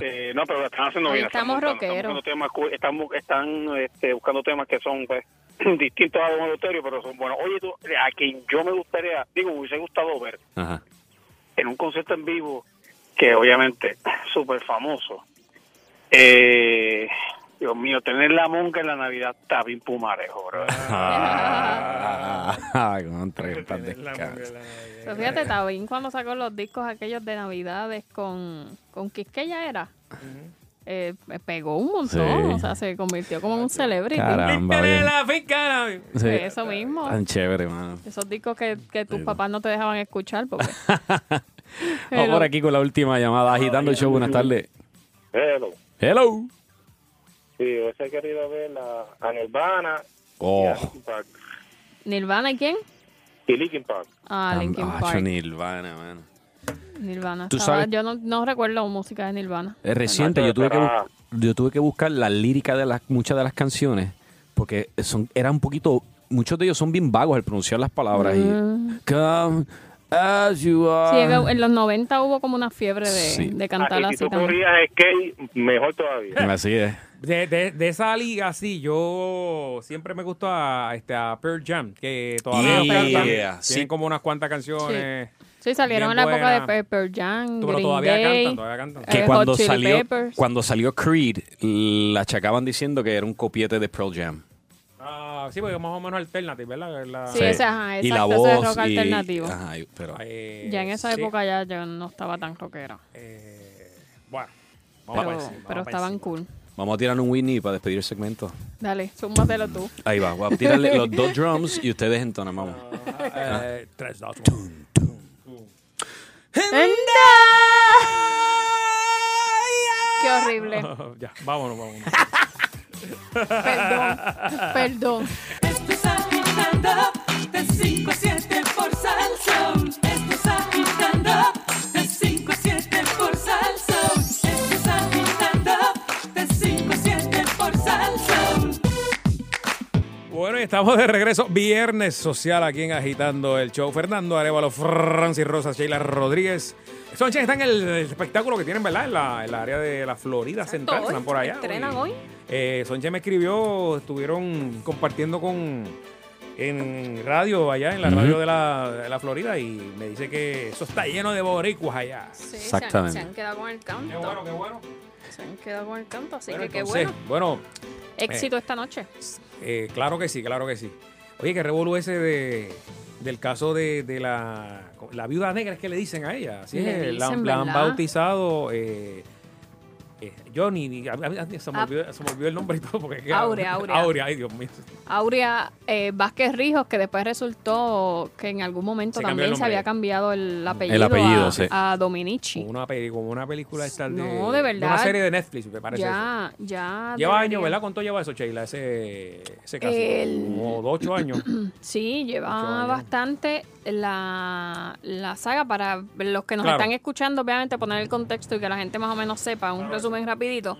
Eh, no, pero la están haciendo
Ahí
bien.
estamos
están buscando-
rockeros.
Están buscando temas, cu- están, bu- están, este, buscando temas que son pues, distintos a Don Loterio, pero son buenos. Oye, tú, a quien yo me gustaría, digo, me hubiese gustado ver
Ajá.
en un concierto en vivo, que obviamente súper famoso. Eh, Dios mío, tener la monca en la Navidad está bien pumarejo, bro.
Ah, contra, que en paz descanse.
Pero fíjate, Tabín cuando sacó los discos aquellos de Navidades con, con Quisqueya era, eh, pegó un montón,
Sí.
o sea, se convirtió como en un celebrity.
Caramba, bien.
la finca. la-
Sí, Eso mismo.
Tan chévere, mano.
Esos discos que, que tus papás no te dejaban escuchar porque...
Vamos por aquí con la última llamada. Agitando el show, buenas tardes.
Hello.
Hello.
Sí, hubiese querido ver la, a Nirvana
Oh.
Linkin Park.
¿Nirvana y quién?
y Linkin Park.
Ah, Linkin
Ah,
Park.
Nirvana, mano.
Nirvana.
Tú
estaba-
sabes-
Yo no, no recuerdo música de Nirvana.
Es reciente, yo tuve que bu- yo tuve que buscar la lírica de las muchas de las canciones porque son eran un poquito muchos de ellos son bien vagos al pronunciar las palabras y come as you
Mm.
Ah.
Sí,
are.
en los 90 hubo como una fiebre de,
Sí.
de cantar
si
así
tú
también.
corrías skate, mejor todavía.
Así es.
De, de, de esa liga, sí, yo siempre me gusta a, este, a Pearl Jam, que todavía
Yeah,
cantan.
yeah, sí.
Tienen como unas cuantas canciones.
Sí, salieron en
Bien
la época de
buena.
Pe- Pearl Jam,
Pero
Green
todavía
Day.
cantan, todavía cantan.
Que
Eh,
cuando
Hot Chili
salió
Peppers.
cuando salió Creed la achacaban diciendo que era un copiete de Pearl Jam.
Ah, sí, porque más o menos alternative, ¿verdad? La-
Sí, ese, ajá,
y la
exacto, ese es
voz
rock
y-
alternativo.
ajá, y- pero
eh,
Ya en esa
sí.
época ya yo no estaba tan rockera.
Eh, bueno, vamos
Pero,
para encima,
pero
vamos para
estaban
encima.
cool.
vamos a tirar un Whitney para despedir el segmento.
Dale, zúmbatelo tú.
Ahí va, voy a tirarle los dos drums y ustedes entonan, vamos. Ah.
Eh, tres, dos, uno.
Qué horrible.
ya, vámonos, vámonos.
Perdón. Perdón.
Esto es agitando de 5 a 7 por Salsón. Esto es agitando de 5 a 7 por Salsón. Esto es agitando de 5 a 7 por Salsón.
Bueno, y estamos de regreso. Viernes social aquí en Agitando el Show. Fernando Arevalo, Francis Rosas, Sheila Rodríguez. Son quienes están en el espectáculo que tienen, ¿verdad? En la, en la área de la Florida Central.
hoy,
Están por allá.
estrenan hoy.
Eh, Sonche me escribió, estuvieron compartiendo con en radio allá, en la radio de la, de la Florida, y me dice que eso está lleno de boricuas allá.
Sí, se han-
Exactamente.
Se han, quedado con el
Qué
canto.
bueno, qué bueno.
Se han quedado con el canto, así
Bueno,
que
entonces,
qué bueno.
bueno,
Éxito esta noche.
Eh, claro que sí, claro que sí. Oye, que revolú ese de, del caso de, de la, la viuda negra, es que le dicen a ella. Así
Le
es, la,
dicen,
la han
¿verdad?
bautizado. Eh, eh, Johnny, ni- a- a- se, me
Ah.
olvidó, se me olvidó el nombre y todo. Porque, es que-
Aurea, Aurea.
Aurea, ay Dios mío.
Aurea eh, Vázquez Rijos, que después resultó que en algún momento
Se cambió el
también se
nombre.
había cambiado el apellido,
apellido,
a,
sí.
a Dominici.
Como una, peli- como una película esta de,
No, de verdad.
Una serie de Netflix, me parece. eso.
Ya, ya.
Lleva
debería.
años, ¿verdad? ¿Cuánto lleva eso, Sheila, ese, ese caso?
El-
Como dos, ocho años.
Sí,
Ocho
lleva
años.
bastante la, la saga para los que nos
Claro.
están escuchando, obviamente poner el contexto y que la gente más o menos sepa, un resumen rapidito.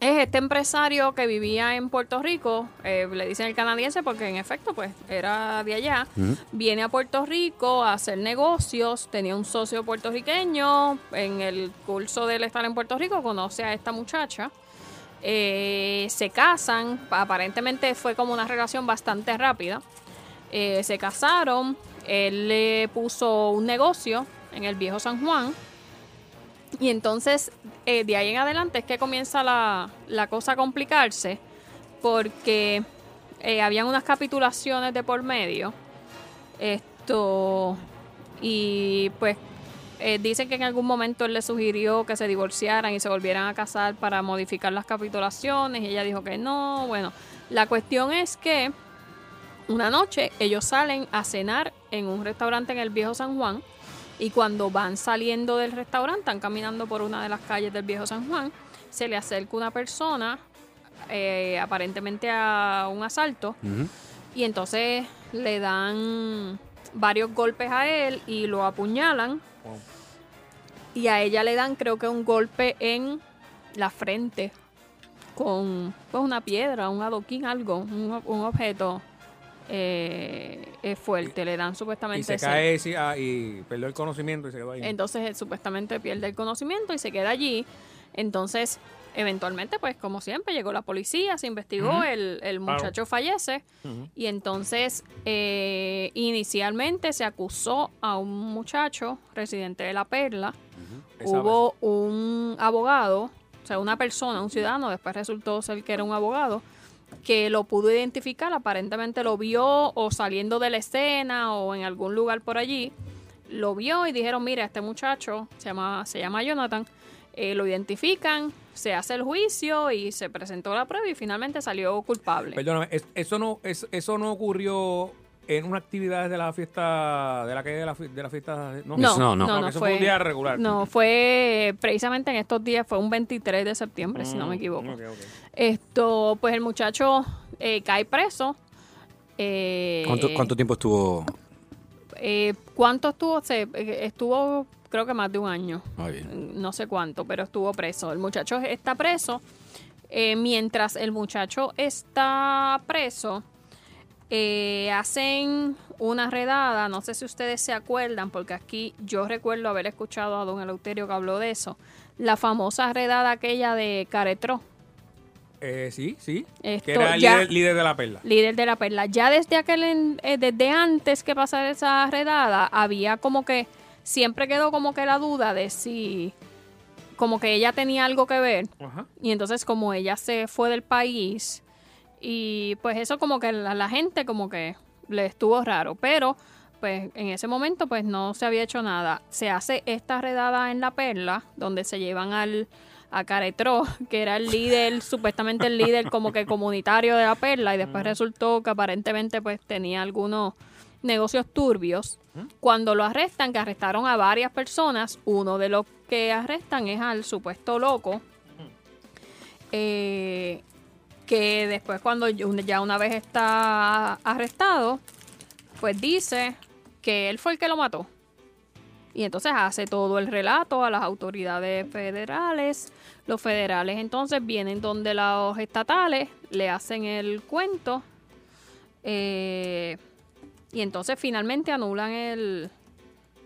Es este empresario que vivía en Puerto Rico, eh, le dicen el canadiense porque en efecto pues era de allá, viene a Puerto Rico a hacer negocios, tenía un socio puertorriqueño, en el curso del estar en Puerto Rico conoce a esta muchacha. Eh, se casan, aparentemente fue como una relación bastante rápida. Eh, se casaron, él le puso un negocio en el viejo San Juan. Y entonces, eh, de ahí en adelante es que comienza la, la cosa a complicarse, porque eh, habían unas capitulaciones de por medio. Esto. Y pues eh, dicen que en algún momento él le sugirió que se divorciaran y se volvieran a casar para modificar las capitulaciones y ella dijo que no. Bueno, la cuestión es que una noche ellos salen a cenar en un restaurante en el viejo San Juan y cuando van saliendo del restaurante, están caminando por una de las calles del viejo San Juan, se le acerca una persona, eh, aparentemente a un asalto, y entonces le dan varios golpes a él y lo apuñalan.
Wow.
Y a ella le dan creo que un golpe en la frente con pues, una piedra, un adoquín, algo, un, ob- un objeto eh, eh, fuerte. Le dan supuestamente
Y se
ese-
cae sí, ah, y perdió el conocimiento y se quedó ahí.
entonces él supuestamente pierde el conocimiento y se queda allí. Entonces, eventualmente, pues como siempre, llegó la policía, se investigó,
Ujú.
el, el
Claro.
muchacho fallece. Y entonces, eh, inicialmente se acusó a un muchacho residente de La Perla.
Esa
Hubo un abogado, o sea, una persona, un ciudadano, después resultó ser que era un abogado, que lo pudo identificar, aparentemente lo vio o saliendo de la escena o en algún lugar por allí, lo vio y dijeron, mira, este muchacho se llama, se llama Jonathan, eh, lo identifican, se hace el juicio y se presentó la prueba y finalmente salió culpable.
Perdóname, es- eso no es- eso no ocurrió en una actividad de la fiesta de la que de la, fi- de la fiesta no
No, no, no,
porque
no
eso fue,
fue-
un día regular.
No, fue eh, precisamente en estos días, fue un 23 de septiembre, si no
Mm,
me equivoco.
ok, ok.
Esto, pues el muchacho eh, cae preso. Eh,
¿Cuánto, cuánto tiempo estuvo?
eh, ¿Cuánto estuvo? Se- eh, estuvo, creo que más de un año.
Muy bien.
No sé cuánto, pero estuvo preso. El muchacho está preso. Eh, mientras el muchacho está preso, eh, hacen una redada. No sé si ustedes se acuerdan, porque aquí yo recuerdo haber escuchado a don Eleuterio que habló de eso. La famosa redada aquella de Caretró.
Eh, sí, sí.
Esto
que era el
ya-
líder, líder de la perla.
líder de la perla. Ya desde aquel en- eh, desde antes que pasara esa redada, había como que siempre quedó como que la duda de si como que ella tenía algo que ver. Y entonces como ella se fue del país y pues eso como que la, la gente como que le estuvo raro, pero pues en ese momento pues no se había hecho nada. Se hace esta redada en La Perla donde se llevan al a Caretró, que era el líder, supuestamente el líder como que comunitario de La Perla y después resultó que aparentemente pues tenía algunos negocios turbios. Cuando lo arrestan, que arrestaron a varias personas, uno de los que arrestan es al supuesto loco, eh, que después cuando yo- ya una vez está arrestado, pues dice que él fue el que lo mató. Y entonces hace todo el relato a las autoridades federales. Los federales entonces vienen donde los estatales, le hacen el cuento. eh, y entonces finalmente anulan el,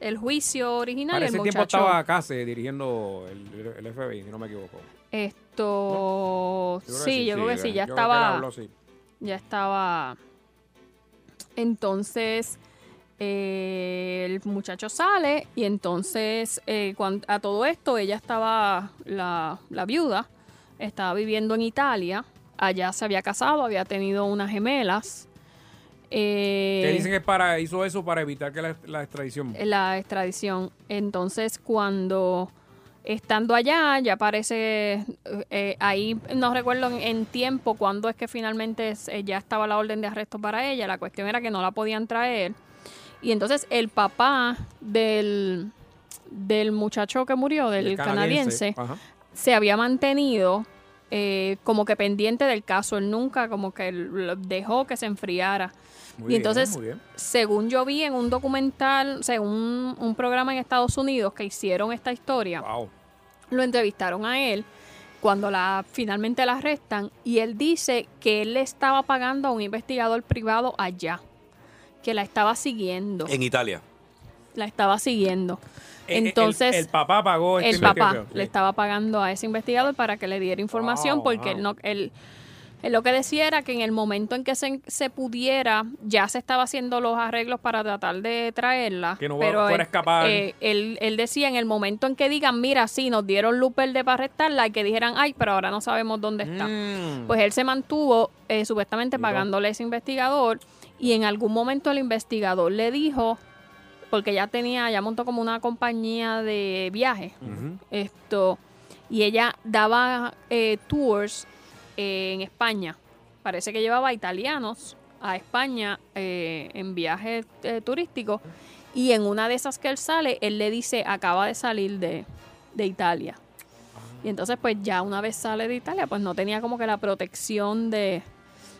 el juicio original.
Para
y el
ese
muchacho,
tiempo estaba acá dirigiendo el, el FBI, si no me equivoco.
Esto.
Yo creo que
sí,
sí,
yo creo
sí,
que sí,
yo
ya
creo que él
estaba.
habló, sí.
Ya estaba. Entonces. eh, el muchacho sale y entonces eh, cuan- a todo esto ella estaba, la, la viuda, estaba viviendo en Italia, allá se había casado, había tenido unas gemelas. Eh,
que dicen que para, hizo eso para evitar que la, la extradición.
la extradición. Entonces, cuando estando allá, ya parece eh, eh, ahí, no recuerdo en, en tiempo cuándo es que finalmente es- eh, ya estaba la orden de arresto para ella. La cuestión era que no la podían traer. Y entonces el papá del, del muchacho que murió, del
Del canadiense,
canadiense,
ah.
ajá.
se había mantenido eh, como que pendiente del caso. Él nunca como que lo dejó que se enfriara.
Muy
y
bien,
entonces,
muy bien.
según yo vi en un documental, o sea, un, un programa en Estados Unidos que hicieron esta historia,
Eh,
lo entrevistaron a él cuando la, finalmente la arrestan y él dice que él le estaba pagando a un investigador privado allá, que la estaba siguiendo,
En Italia.
la estaba siguiendo.
Eh, eh, el-
Entonces,
el, papá pagó este
el papá
investigador.
le estaba pagando a ese investigador para que le diera información
Wow,
porque
Oh, wow.
él no él, él lo que decía era que en el momento en que se, se pudiera ya se estaba haciendo los arreglos para tratar de traerla
Que no va-
pero
fuera
él,
a escapar.
eh, él, él decía en el momento en que digan mira sí nos dieron luz verde para arrestarla y que dijeran ay pero ahora no sabemos dónde está
Mm.
pues él se mantuvo eh, supuestamente pagándole a ese investigador y en algún momento el investigador le dijo porque ya tenía ya montó como una compañía de viajes esto y ella daba eh, tours eh, en España parece que llevaba italianos a España eh, en viajes eh, turísticos y en una de esas que él sale él le dice acaba de salir de, de Italia y entonces pues ya una vez sale de Italia pues no tenía como que la protección de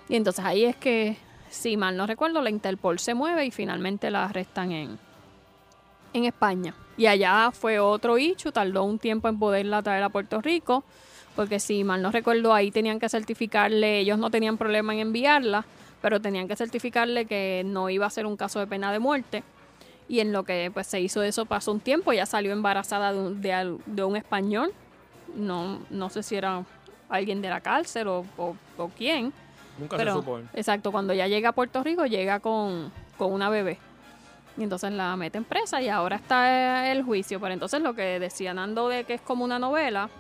y entonces ahí es que si mal no recuerdo, la Interpol se mueve y finalmente la arrestan en, en España. Y allá fue otro hecho, tardó un tiempo en poderla traer a Puerto Rico, porque si mal no recuerdo, ahí tenían que certificarle, ellos no tenían problema en enviarla, pero tenían que certificarle que no iba a ser un caso de pena de muerte. Y en lo que pues, se hizo eso pasó un tiempo, ella salió embarazada de un, de al- de un español, no, no sé si era alguien de la cárcel o, o- o quién.
Nunca se supo. ¿eh?
Exacto, cuando ella llega a Puerto Rico, llega con, con una bebé. Y entonces la meten presa y ahora está eh, el juicio. Pero entonces lo que decía Nando de que es como una novela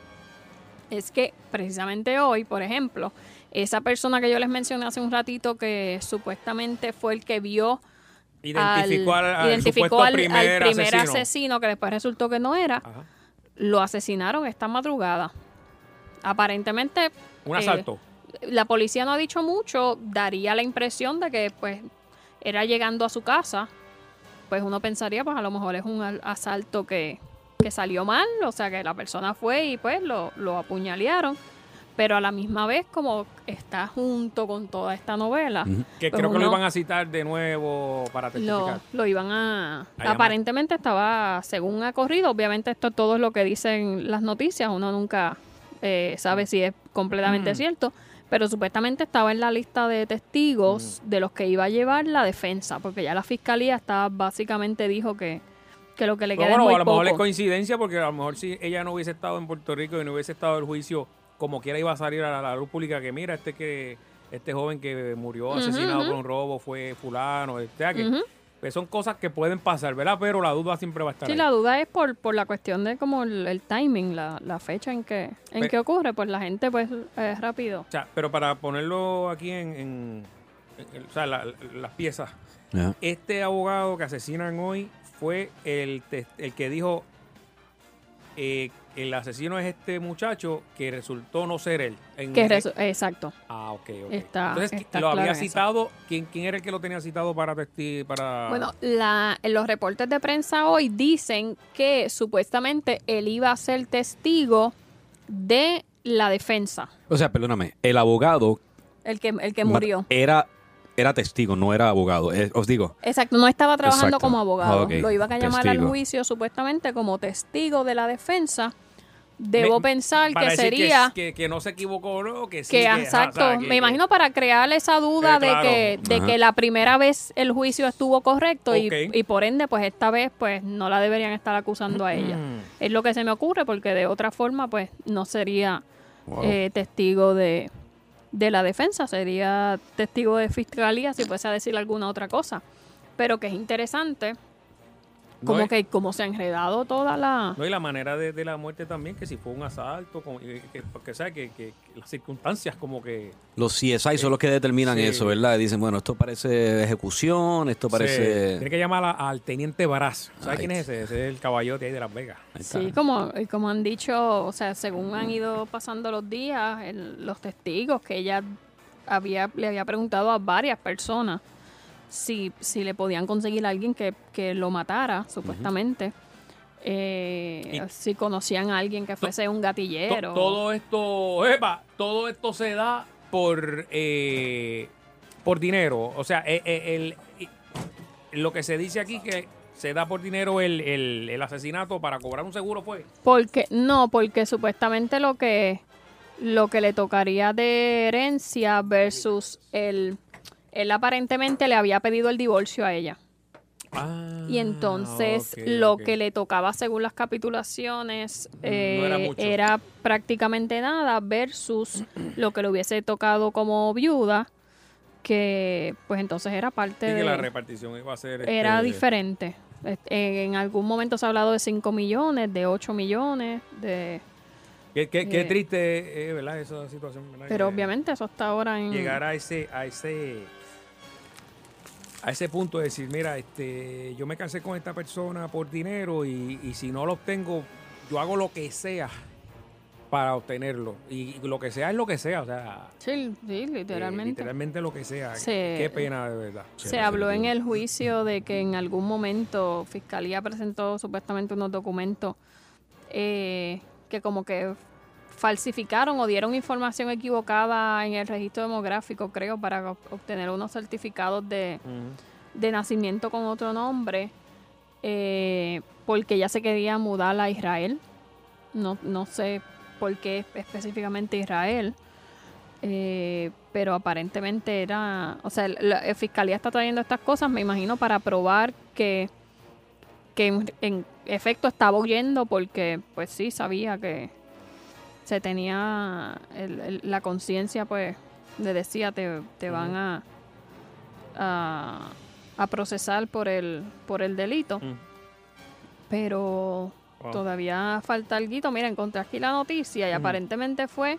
es que precisamente hoy, por ejemplo, esa persona que yo les mencioné hace un ratito que supuestamente fue el que vio
Identificó al- al supuesto primer asesino.
que después resultó que no era, lo asesinaron esta madrugada. Aparentemente...
Un
eh,
asalto.
la policía no ha dicho mucho, daría la impresión de que pues era llegando a su casa, pues uno pensaría pues a lo mejor es un al- asalto que, que salió mal, o sea que la persona fue y pues lo, lo apuñalearon, pero a la misma vez como está junto con toda esta novela.
Que
pues,
creo que
uno
lo iban a citar de nuevo para
lo,
testificar.
lo iban a...
A llamar.
aparentemente estaba, según ha corrido, obviamente esto todo es lo que dicen las noticias, uno nunca eh, sabe si es completamente
Mm.
cierto, pero supuestamente estaba en la lista de testigos
Mm.
de los que iba a llevar la defensa, porque ya la fiscalía está básicamente dijo que, que lo que le
Pero
queda
bueno,
es muy
a lo
poco.
mejor es coincidencia porque a lo mejor si ella no hubiese estado en Puerto Rico y no hubiese estado el juicio, como quiera iba a salir a la, la luz pública que mira, este que este joven que murió
Ujú,
asesinado
ujú.
por un robo fue fulano, o sea que
Ujú.
pues son cosas que pueden pasar, ¿verdad? Pero la duda siempre va a estar
Sí,
ahí.
la duda es por, por la cuestión de como el, el timing, la, la fecha en que en
Pe-
que ocurre, pues la gente pues es rápido.
O sea, pero para ponerlo aquí en, en- en- o sea, la- la- las piezas,
Ajá.
este abogado que asesinan hoy fue el, tes- el que dijo eh, el asesino es este muchacho que resultó no ser él. En-
Que resu- exacto.
Ah, ok, ok.
Está-
Entonces,
está
lo
claro
había
en eso.
citado. ¿Quién, ¿Quién era el que lo tenía citado para testi- para
Bueno, la- en los reportes de prensa hoy dicen que supuestamente él iba a ser testigo de la defensa,
O sea, perdóname, el abogado
el que, el que murió.
era, era testigo, no era abogado. Eh, os digo,
Exacto, no estaba trabajando
Exacto.
como abogado.
Ah, ok.
Lo iba a llamar al
Testigo.
juicio supuestamente como testigo de la defensa. Debo
Me-
pensar
para
que
decir
sería
Que, que no se equivocó, ¿no? Que sí.
que
ajá,
exacto,
o sea, que-
me imagino para crear esa duda
Eh, claro.
de que de
Ajá.
que la primera vez el juicio estuvo correcto y-
Ok.
y, por ende pues esta vez pues no la deberían estar acusando a ella. Es lo que se me ocurre porque de otra forma pues no sería
Wow.
eh, testigo de, de la defensa, sería testigo de fiscalía si fuese a decir alguna otra cosa. Pero que es interesante
No
como
es-
que como se ha enredado toda la...
No, y la manera de, de la muerte también, que si fue un asalto, como- eh, que, porque ¿sabes? Que, que- que las circunstancias como que...
Los CSI son los que determinan
Sí.
eso, ¿verdad? Dicen, bueno, esto parece ejecución, esto
se-
parece...
tiene que llamar a- al teniente Baraz. ¿Sabes
Ahí
quién es ese? Ese es el caballote ahí de Las Vegas.
Sí, como, y como han dicho, o sea, según han ido pasando los días, el- los testigos, que ella había, le había preguntado a varias personas si, si le podían conseguir a alguien que, que lo matara, supuestamente. Eh, si conocían a alguien que fuese un
To-
gatillero.
todo esto, epa, todo esto se da por eh, por dinero. O sea, eh, eh, el, y- lo que se dice aquí que se da por dinero el, el- el asesinato para cobrar un seguro fue.
Porque, no, porque supuestamente lo que, lo que le tocaría de herencia versus el... Él aparentemente le había pedido el divorcio a ella. Y entonces
Ah,
ok,
lo
ok.
que le tocaba según las capitulaciones
Mm,
no era
eh,
mucho.
era prácticamente nada versus lo que le hubiese tocado como viuda, que pues entonces era parte
Y
de...
que la repartición iba a ser. este,
Era diferente. Este, En algún momento se ha hablado de 5 millones, de 8 millones, de...
Qué, qué- qué
Eh.
triste, eh, ¿verdad? Esa situación. ¿verdad?
Pero
Que
obviamente eso está ahora en...
Llegar a ese, a ese. A ese punto de decir, mira, este, yo me casé con esta persona por dinero y, y si no lo obtengo, yo hago lo que sea para obtenerlo. Y lo que sea es lo que sea, o sea,
Sí, sí,
eh,
literalmente.
literalmente lo que sea.
Se-
Qué pena, de verdad.
Se habló en el juicio de que en algún momento Fiscalía presentó supuestamente unos documentos eh, que como que falsificaron o dieron información equivocada en el registro demográfico, creo, para ob- obtener unos certificados de, de nacimiento con otro nombre, eh, porque ya se quería mudar a Israel. No, no sé por qué específicamente Israel. Eh, pero aparentemente era, o sea, la, la fiscalía está trayendo estas cosas, me imagino, para probar que, que en, en efecto estaba huyendo porque, pues sí, sabía que se tenía el- el- la conciencia, pues, le decía, te, te van a, a, a procesar por el, por el delito. Pero
Wow.
todavía falta algo. Mira, encontré aquí la noticia y
Ujú.
aparentemente fue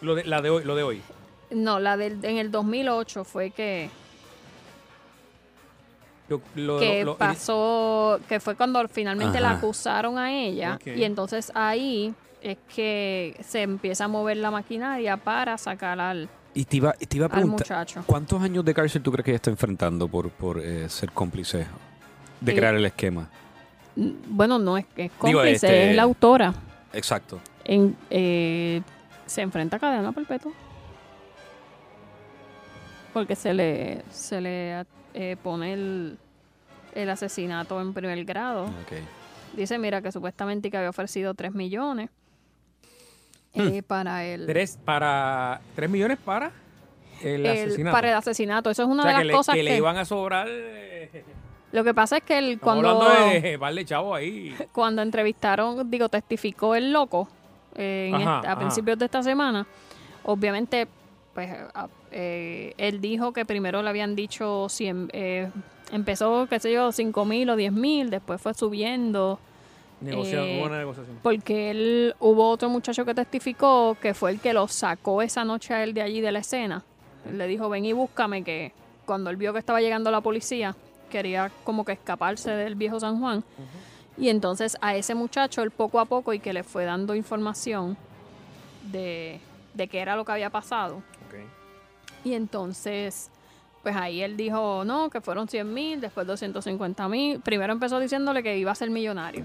Lo de, la de hoy, lo de hoy.
no, la del en el 2008 fue que,
Yo- lo-
que
lo- lo-
pasó, que fue cuando finalmente la
Ajá.
acusaron a ella
Ok.
y entonces ahí es que se empieza a mover la maquinaria para sacar al,
Y te iba, y te iba a
al
preguntar,
muchacho.
¿cuántos años de cárcel tú crees que ella está enfrentando por, por eh, ser cómplice de
Eh,
crear el esquema?
N- Bueno, no es que es
Digo,
cómplice,
este-
es la autora.
Exacto.
En, eh, se enfrenta a cadena perpetua. Porque se le, se le eh, pone el, el asesinato en primer grado. Dice, mira, que supuestamente que había ofrecido 3 millones eh, para el,
Hmm. Tres, para, tres millones para
el-
el, asesinato.
para el asesinato. Eso es una
o sea,
de las
que, le,
cosas
que
que...
le iban a sobrar. eh,
Lo que pasa es que él,
estamos
cuando,
hablando de par de chavos ahí.
cuando entrevistaron, digo, testificó el loco eh, en
Ajá,
esta- a
ajá.
principios de esta semana, obviamente, pues, a- eh, él dijo que primero le habían dicho 100... eh, empezó, qué sé yo, 5 mil o 10 mil, después fue subiendo...
Negocia-
eh,
hubo una negociación.
Porque él hubo otro muchacho que testificó que fue el que lo sacó esa noche a él de allí de la escena. Él le dijo, ven y búscame, que cuando él vio que estaba llegando la policía, quería como que escaparse del viejo San Juan. Y entonces a ese muchacho, él poco a poco, y que le fue dando información de, de qué era lo que había pasado. Y entonces, pues ahí él dijo, no, que fueron 100 mil, después 250 mil. Primero empezó diciéndole que iba a ser millonario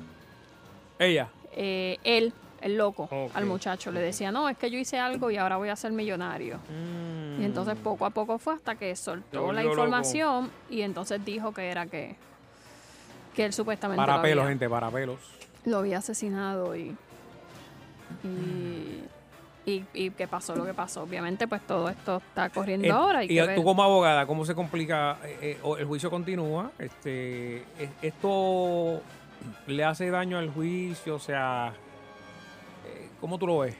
Ella.
eh, él, el loco,
Ok.
al muchacho. Le decía, no, es que yo hice algo y ahora voy a ser millonario. Y entonces poco a poco fue hasta que soltó
Mm. volvió
la
loco.
información y entonces dijo que era que, que él supuestamente
Para
lo,
pelos,
había,
gente, para pelos.
lo había asesinado y,
Mm.
y, y, y que pasó lo que pasó. Obviamente pues todo esto está corriendo
Eh,
ahora. hay
y
que
tú
ver.
como abogada, ¿cómo se complica? eh, eh, o el juicio continúa. Este, es- ¿Esto le hace daño al juicio? O sea, eh, ¿cómo tú lo ves?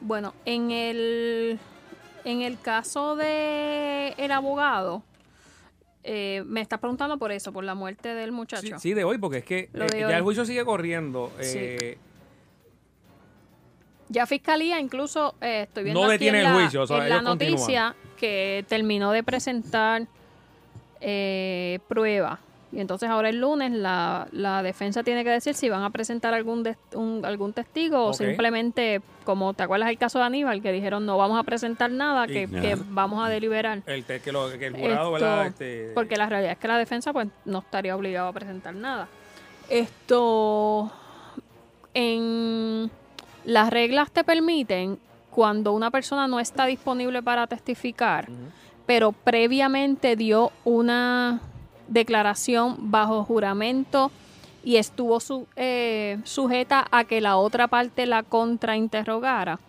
Bueno, en el, en el caso de el abogado, eh, me estás preguntando por eso, por la muerte del
Sí,
muchacho.
sí, de hoy, porque es que
Lo
eh,
de
ya
hoy.
el juicio sigue corriendo.
Sí.
eh,
Ya fiscalía incluso eh, estoy viendo
No
aquí
detiene
en
el
la,
juicio, o sea,
en la
ellos continúan.
noticia que terminó de presentar eh, prueba y entonces ahora el lunes la, la defensa tiene que decir si van a presentar algún des- un- algún testigo
Ok.
o simplemente como te acuerdas el caso de Aníbal que dijeron no vamos a presentar nada
Y-
que,
Ajá.
que vamos a deliberar
el, te- que, lo- que el jurado,
Esto,
¿verdad? Este,
Porque la realidad es que la defensa pues no estaría obligada a presentar nada. Esto en las reglas te permiten cuando una persona no está disponible para testificar, pero previamente dio una declaración bajo juramento y estuvo su- eh, sujeta a que la otra parte la contrainterrogara.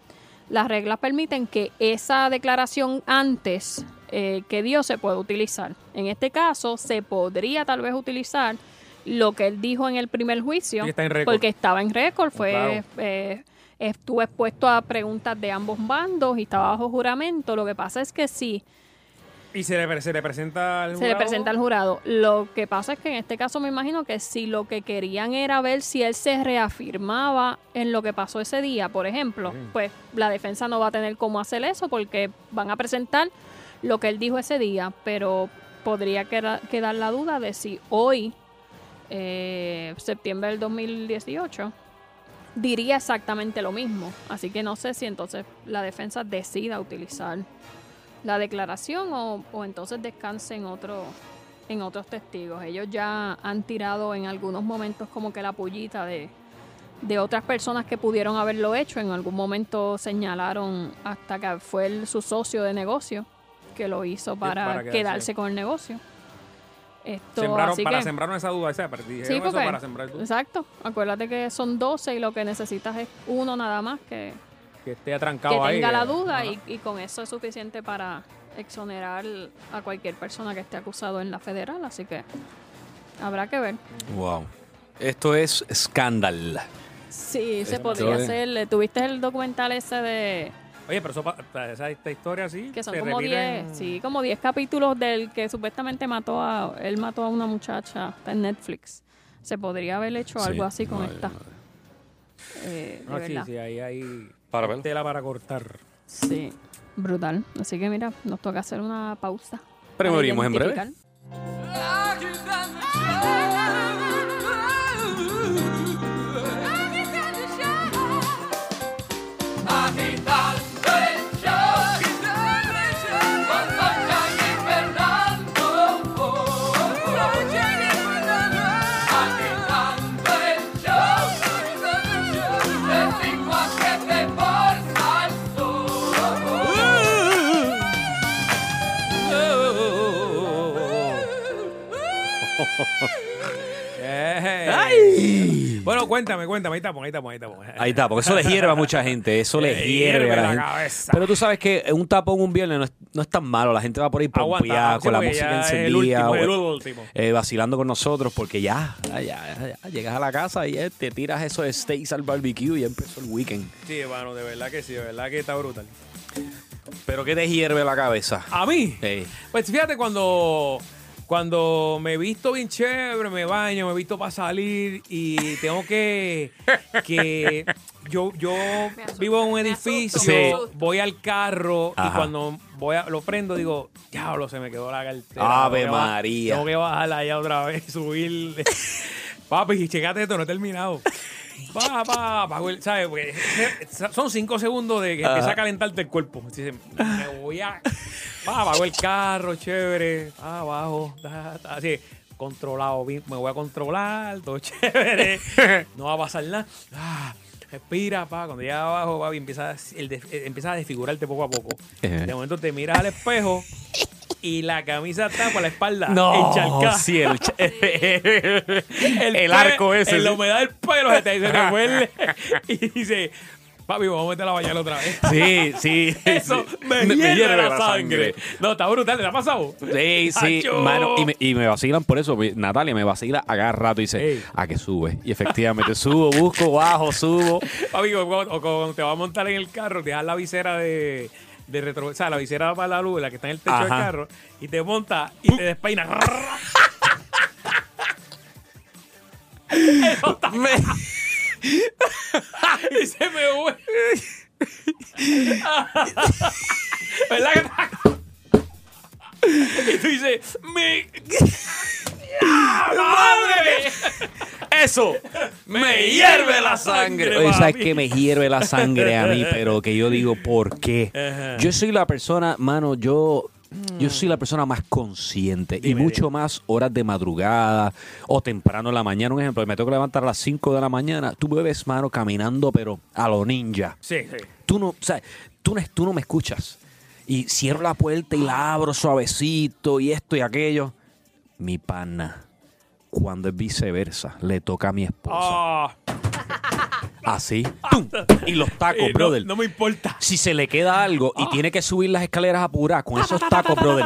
Las reglas permiten que esa declaración antes eh, que dio se pueda utilizar. En este caso, se podría tal vez utilizar lo que él dijo en el primer juicio,
Sí, está en récord.
porque estaba en récord, fue
Claro.
eh, estuvo expuesto a preguntas de ambos bandos y estaba bajo juramento. Lo que pasa es que sí,
y se le, pre- se le presenta al
se le presenta al jurado. Lo que pasa es que en este caso me imagino que si lo que querían era ver si él se reafirmaba en lo que pasó ese día, por ejemplo,
Mm.
pues la defensa no va a tener cómo hacer eso porque van a presentar lo que él dijo ese día, pero podría queda- quedar la duda de si hoy, eh, septiembre del 2018, diría exactamente lo mismo. Así que no sé si entonces la defensa decida utilizar la declaración o, o entonces descanse en otro en otros testigos. Ellos ya han tirado en algunos momentos como que la pullita de de otras personas que pudieron haberlo hecho. En algún momento señalaron hasta que fue el- su socio de negocio que lo hizo para,
para
quedarse.
quedarse.
con el negocio. Esto,
Sembraron,
así
para
que-
sembraron esa duda, esa partida.
Sí, porque-
para sembrar duda.
Exacto. Acuérdate que son 12 y lo que necesitas es uno nada más que,
Que esté
que
atrancado
tenga
ahí.
la
eh,
duda y, y con eso es suficiente para exonerar a cualquier persona que esté acusado en la federal. Así que habrá que ver.
Wow. Esto es Scandal.
Sí, se
Esto
podría
es-
hacer. ¿Tuviste el documental ese de
Oye, pero eso pa- pa- esa, esta historia así.
que son
se
como
repite
10,
en-
sí, como 10 capítulos del que supuestamente mató a él mató a una muchacha está en Netflix. Se podría haber hecho
Sí,
algo así con
madre,
esta. Eh, de
No, sí,
verdad.
sí, ahí hay
Para verlo.
tela para cortar.
Sí. Brutal. Así que mira, nos toca hacer una pausa.
Pero
para
morimos en breve.
identificar.
Agitando el show, con Socha y Fernando. Socha y Fernando. Agitando el show, de 5 a 7 por Salsón.
Eh. Bueno, cuéntame, cuéntame. Ahí estamos, ahí estamos, ahí estamos.
Ahí está, porque eso le hierve a mucha gente. Eso le
Le
hierve
hierve
a la,
la
gente.
cabeza.
Pero tú sabes que un tapón un viernes no es, no es tan malo. La gente va por ahí
Aguanta,
pompeada,
sí,
con la
porque
música
ya es el
encendida.
último, el
o-
último.
eh, vacilando con nosotros, porque ya, ya, ya, ya, llegas a la casa y eh, te tiras eso de steaks al barbecue y ya empezó el weekend.
Sí, hermano, de verdad que sí, de verdad que está brutal.
Pero ¿qué te hierve la cabeza? Eh,
¿A mí?
Ey.
Pues fíjate, cuando, cuando me visto bien chévere, me baño, me visto para salir y tengo que. que yo yo vivo en un edificio,
me
voy al carro y
Ajá.
cuando voy a- lo prendo digo, diablo, se me quedó la cartera.
Ave
Tengo que ba-
María.
Tengo que bajarla allá otra vez, subir. Papi, checate esto, no he terminado. Pa, pa, pa, güey, ¿sabes? Porque son cinco segundos de que
Ajá.
empieza a calentarte el cuerpo. Dices, me voy a. Pa, abajo el carro, chévere. Pa, abajo. ta, ta, así, controlado. bien, Me voy a controlar, todo chévere. No va a pasar nada. Ah, respira, pa. Cuando llegas abajo, papi, empieza, el des- eh, empieza a desfigurarte poco a poco.
Ejé.
De momento te miras al espejo y la camisa está por la espalda.
No,
encharcada.
sí, el, cha- el
pe-
arco ese.
En
sí.
la humedad del pelo se te, se te vuelve y dice, papi, vamos a meter la bañera otra vez.
Sí, sí.
Eso
sí.
me, hierve la, sangre. No, está brutal, ¿te ha pasado?
Sí, sí,
Acho.
mano, y me, y me vacilan por eso. Mi- Natalia me vacila a cada rato y dice, ¿a que sube? Y efectivamente, subo, busco, bajo, subo.
Papi, o cuando, o cuando te vas a montar en el carro, te dejas la visera de, de retro, o sea, la visera para la luz, la que está en el techo del
Ajá. Uh.
carro, y te montas y te despeinas. Eso está- y se me vuelve. ¿Verdad que está? Y tú dices, ¡Me. ¡Ah, ¡Madre!
Eso
me hierve la sangre.
Oye, ¿sabes
papi.
que me hierve la sangre a mí? Pero que yo digo, ¿por qué?
Ajá.
Yo soy la persona, mano, yo... Yo soy la persona más consciente y mucho más horas de madrugada o temprano en la mañana. Un ejemplo, me tengo que levantar a las 5 de la mañana. Tú me ves, mano, caminando, pero a lo ninja.
Sí, sí.
Tú no, o sea, tú no, tú no me escuchas. Y cierro la puerta y la abro suavecito y esto y aquello. Mi pana, cuando es viceversa, le toca a mi esposa.
Ah.
Así. ¡Tum! Y los tacos,
Eh, Ah, no-
brother.
no me Ah. importa.
Si se le queda algo y tiene que subir las escaleras apuradas con esos tacos, brother.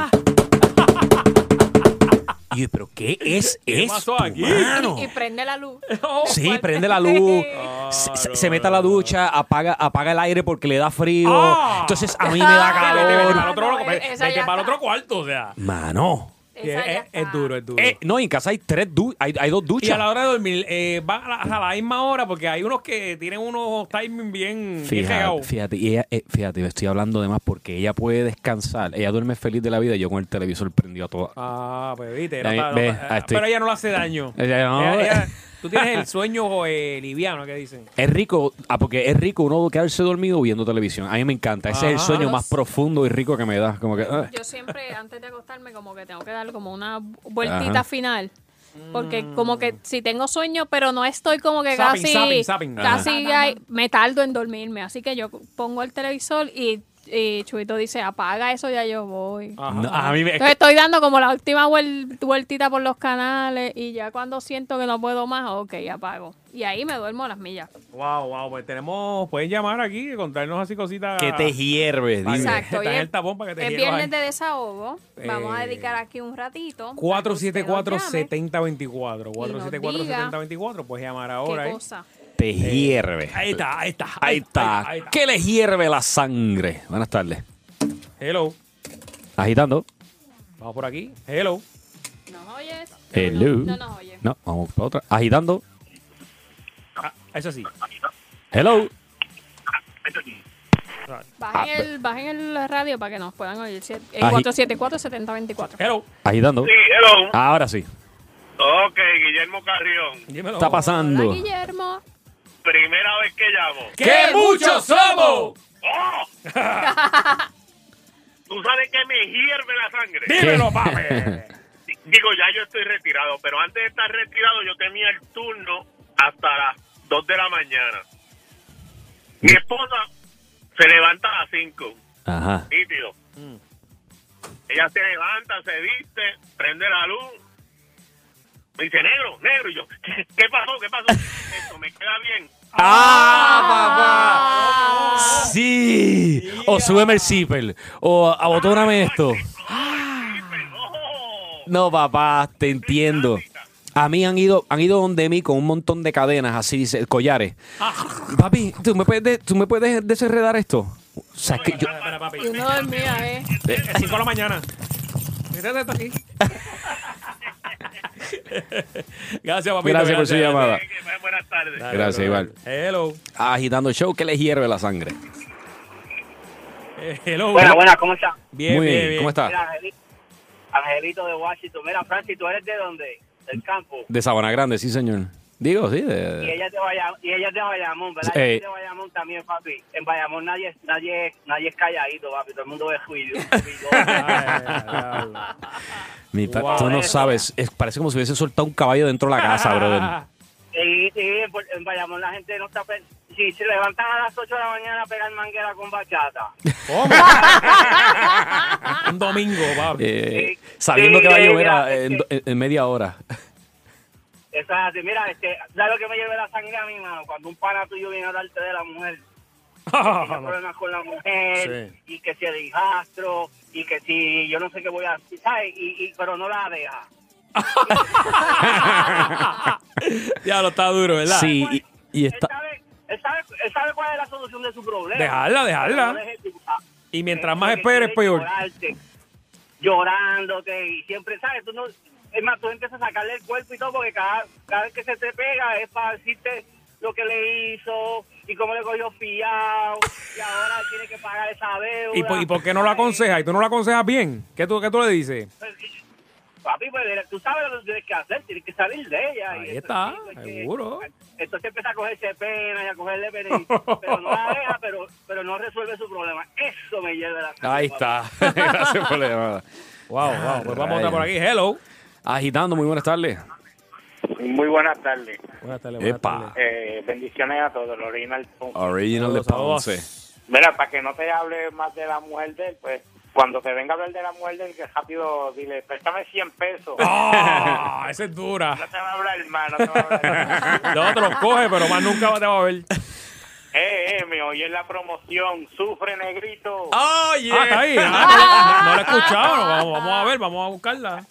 Y yo, pero ¿qué es
¿Qué
esto,
pasó
aquí?
mano?
Y, y prende la luz.
Oh,
Sí, prende la luz, se, se- se mete a la ducha, apaga, apaga el aire porque le da frío.
Ah.
Entonces a mí me da
Vete, vete, vete para
calor.
el otro, vete para el otro cuarto, o sea.
Mano.
Es, es- es duro, es duro.
Eh, no, y en casa hay tres du hay, hay dos
y a
duchas.
la hora de dormir, eh, va a la, a la misma hora porque hay unos que tienen unos timing bien, bien
Fíjate,
regados.
fíjate, y ella, eh, fíjate, me estoy hablando de más porque ella puede descansar. Ella duerme feliz de la vida y yo con el televisor prendido a toda.
Ah, pues viste. no
Ahí,
está- no
ve,
está-
ahí estoy.
pero ella no le hace daño.
Ella no. eh.
tú tienes el sueño eh, liviano, que dicen.
Es rico, ah, porque es rico uno quedarse dormido viendo televisión. A mí me encanta. Ese es el
Ajá.
sueño más profundo y rico que me da. Como que, ah.
Yo siempre antes de acostarme como que tengo que dar como una vueltita
Ajá.
final Porque como que si tengo sueño, pero no estoy como que
Mm. Zapping,
casi,
zapping, zapping.
casi
Ajá.
ay, me tardo en dormirme. Así que yo pongo el televisor y, y Chuito dice, apaga eso, ya yo voy.
No, a mí me-
Entonces estoy dando como la última vuel- vueltita por los canales y ya cuando siento que no puedo más, ok, apago. Y ahí me duermo a las millas.
Wow, wow, pues tenemos, pueden llamar aquí y contarnos así cositas.
Que te hierve, dime.
Exacto,
Está en
y
el tapón para que te
Es
hierva ahí.
viernes de desahogo. Vamos a
Eh,
dedicar aquí un ratito.
474-7024.
Y nos
474-7024. Puedes llamar ahora.
¿Qué
¿eh?
cosa?
Te hierve.
Ahí está, ahí está.
Eh, Ahí está.
ahí está.
Que le hierve la sangre. Buenas tardes.
Hello.
Agitando.
Vamos por aquí. Hello.
¿Nos oyes?
Hello.
No nos oyes.
No, vamos para otra. Agitando.
Ah, eso sí.
Hello. Ah,
Bajen, el, bajen el radio para que nos puedan oír. Si- eh,
Ají.
474-7024.
Hello.
Agitando.
Sí, hello.
Ahora sí.
Ok, Guillermo Carrión.
Dímelo.
Está pasando.
Hola, Guillermo.
Primera vez que llamo.
¡Qué muchos somos!
¡Oh! Tú sabes que me hierve la sangre.
Dímelo, papi.
Digo, ya yo estoy retirado, pero antes de estar retirado yo tenía el turno hasta las 2 de la mañana. Mi esposa se levanta a las 5.
Ajá.
Nítido. Ella se levanta, se viste, prende la luz. Me dice, negro, negro. Y yo, ¿qué, qué pasó? ¿Qué pasó? Esto me queda bien.
¡Ah, papá! ¡Sí! O súbeme el zipper. O abotóname esto. No, papá, te entiendo. A mí han ido, han ido donde mí con un montón de cadenas, así dice, collares. Papi, ¿tú me puedes, de- tú me puedes desenredar esto? O sea, es que yo-
Espera, papi.
Y uno dormía, ¿eh?
eh,
5 de la mañana. Mira esto aquí. Gracias, papito.
Gracias por su llamada.
pues, Buenas tardes.
Dale,
Gracias,
bro.
Iván.
Hello.
Agitando el show que le hierve la sangre.
Eh, Hello.
Buenas, buenas, ¿cómo estás?
Bien,
Muy bien,
bien, bien.
¿cómo está?
Mira, Angelito, Angelito de Washington. Mira, Francis, ¿tú eres de dónde? Del campo.
De Sabana Grande, sí, señor. Digo, sí. de- de-
Y ella es de Bayamón, y ella es de Bayamón ¿verdad?
Sí.
Ella es de Bayamón también, papi. En Bayamón nadie, nadie, nadie es calladito, papi. Todo el mundo es juicio.
Mi pa-
Wow.
tú no sabes, es- parece como si hubiese soltado un caballo dentro de la casa, brother.
y, y en Pu- en Bayamón la gente no está... pe- Si se levantan a las 8 de la mañana a pegar manguera con bachata.
Un domingo, papi.
Eh, sabiendo
sí,
que va a
eh,
llover
mira,
a- en, do- en- en media hora.
Eso es así. Mira, este, ¿sabes lo que me llevé la sangre a mi mano? Cuando un pana tuyo viene a darte de la mujer. que tiene
Eh.
problemas con la mujer y que si el hijastro y que si yo no sé qué voy a hacer, ¿sabes? Y, y- pero no la deja.
Ya lo está duro, ¿verdad?
Sí, y, y está.
Él sabe, él sabe cuál es la solución de su problema.
Dejarla, dejarla.
Pero no dejes tu- ah,
Y mientras más
que
esperes,
quiere
peor.
llorarte, llorándote y siempre, ¿sabes? Tú no, es más, tú empiezas a sacarle el cuerpo y todo porque cada, cada vez que se te pega es para decirte lo que le hizo y cómo le cogió fiado y ahora tiene que pagar esa deuda.
¿Y por, y por qué no lo aconsejas? ¿Y tú no lo aconsejas bien? ¿Qué tú, qué tú le dices?
Papi, pues mira, tú sabes lo que tienes que hacer, tienes que salir de ella.
Ahí
Y
está,
eso, es que-
seguro.
entonces empieza a cogerse pena y a cogerle penita, pero no la deja, pero, pero no resuelve su problema. Eso me lleva a la
Ahí está. Gracias por la llamada.
Wow, wow. Pues vamos a otra
rayos.
por aquí. Hello.
Agitando, muy buenas tardes.
Muy buenas tardes.
Buenas tardes.
buenas Epa. tardes.
Eh, bendiciones a todos, Original Ponce.
Original de Ponce.
Mira, para que no te hable más de la mujer de él, pues cuando te venga a hablar de la mujer de él, que rápido dile, préstame 100 pesos.
Ah, esa es dura.
No te va a hablar, hermano, no te va a hablar.
No, te los coge, pero más nunca te va a ver.
eh, eh, me oye en la promoción, sufre negrito.
Ah, está ahí. Ah, no, no la he escuchado. No, vamos, vamos a ver, vamos a buscarla.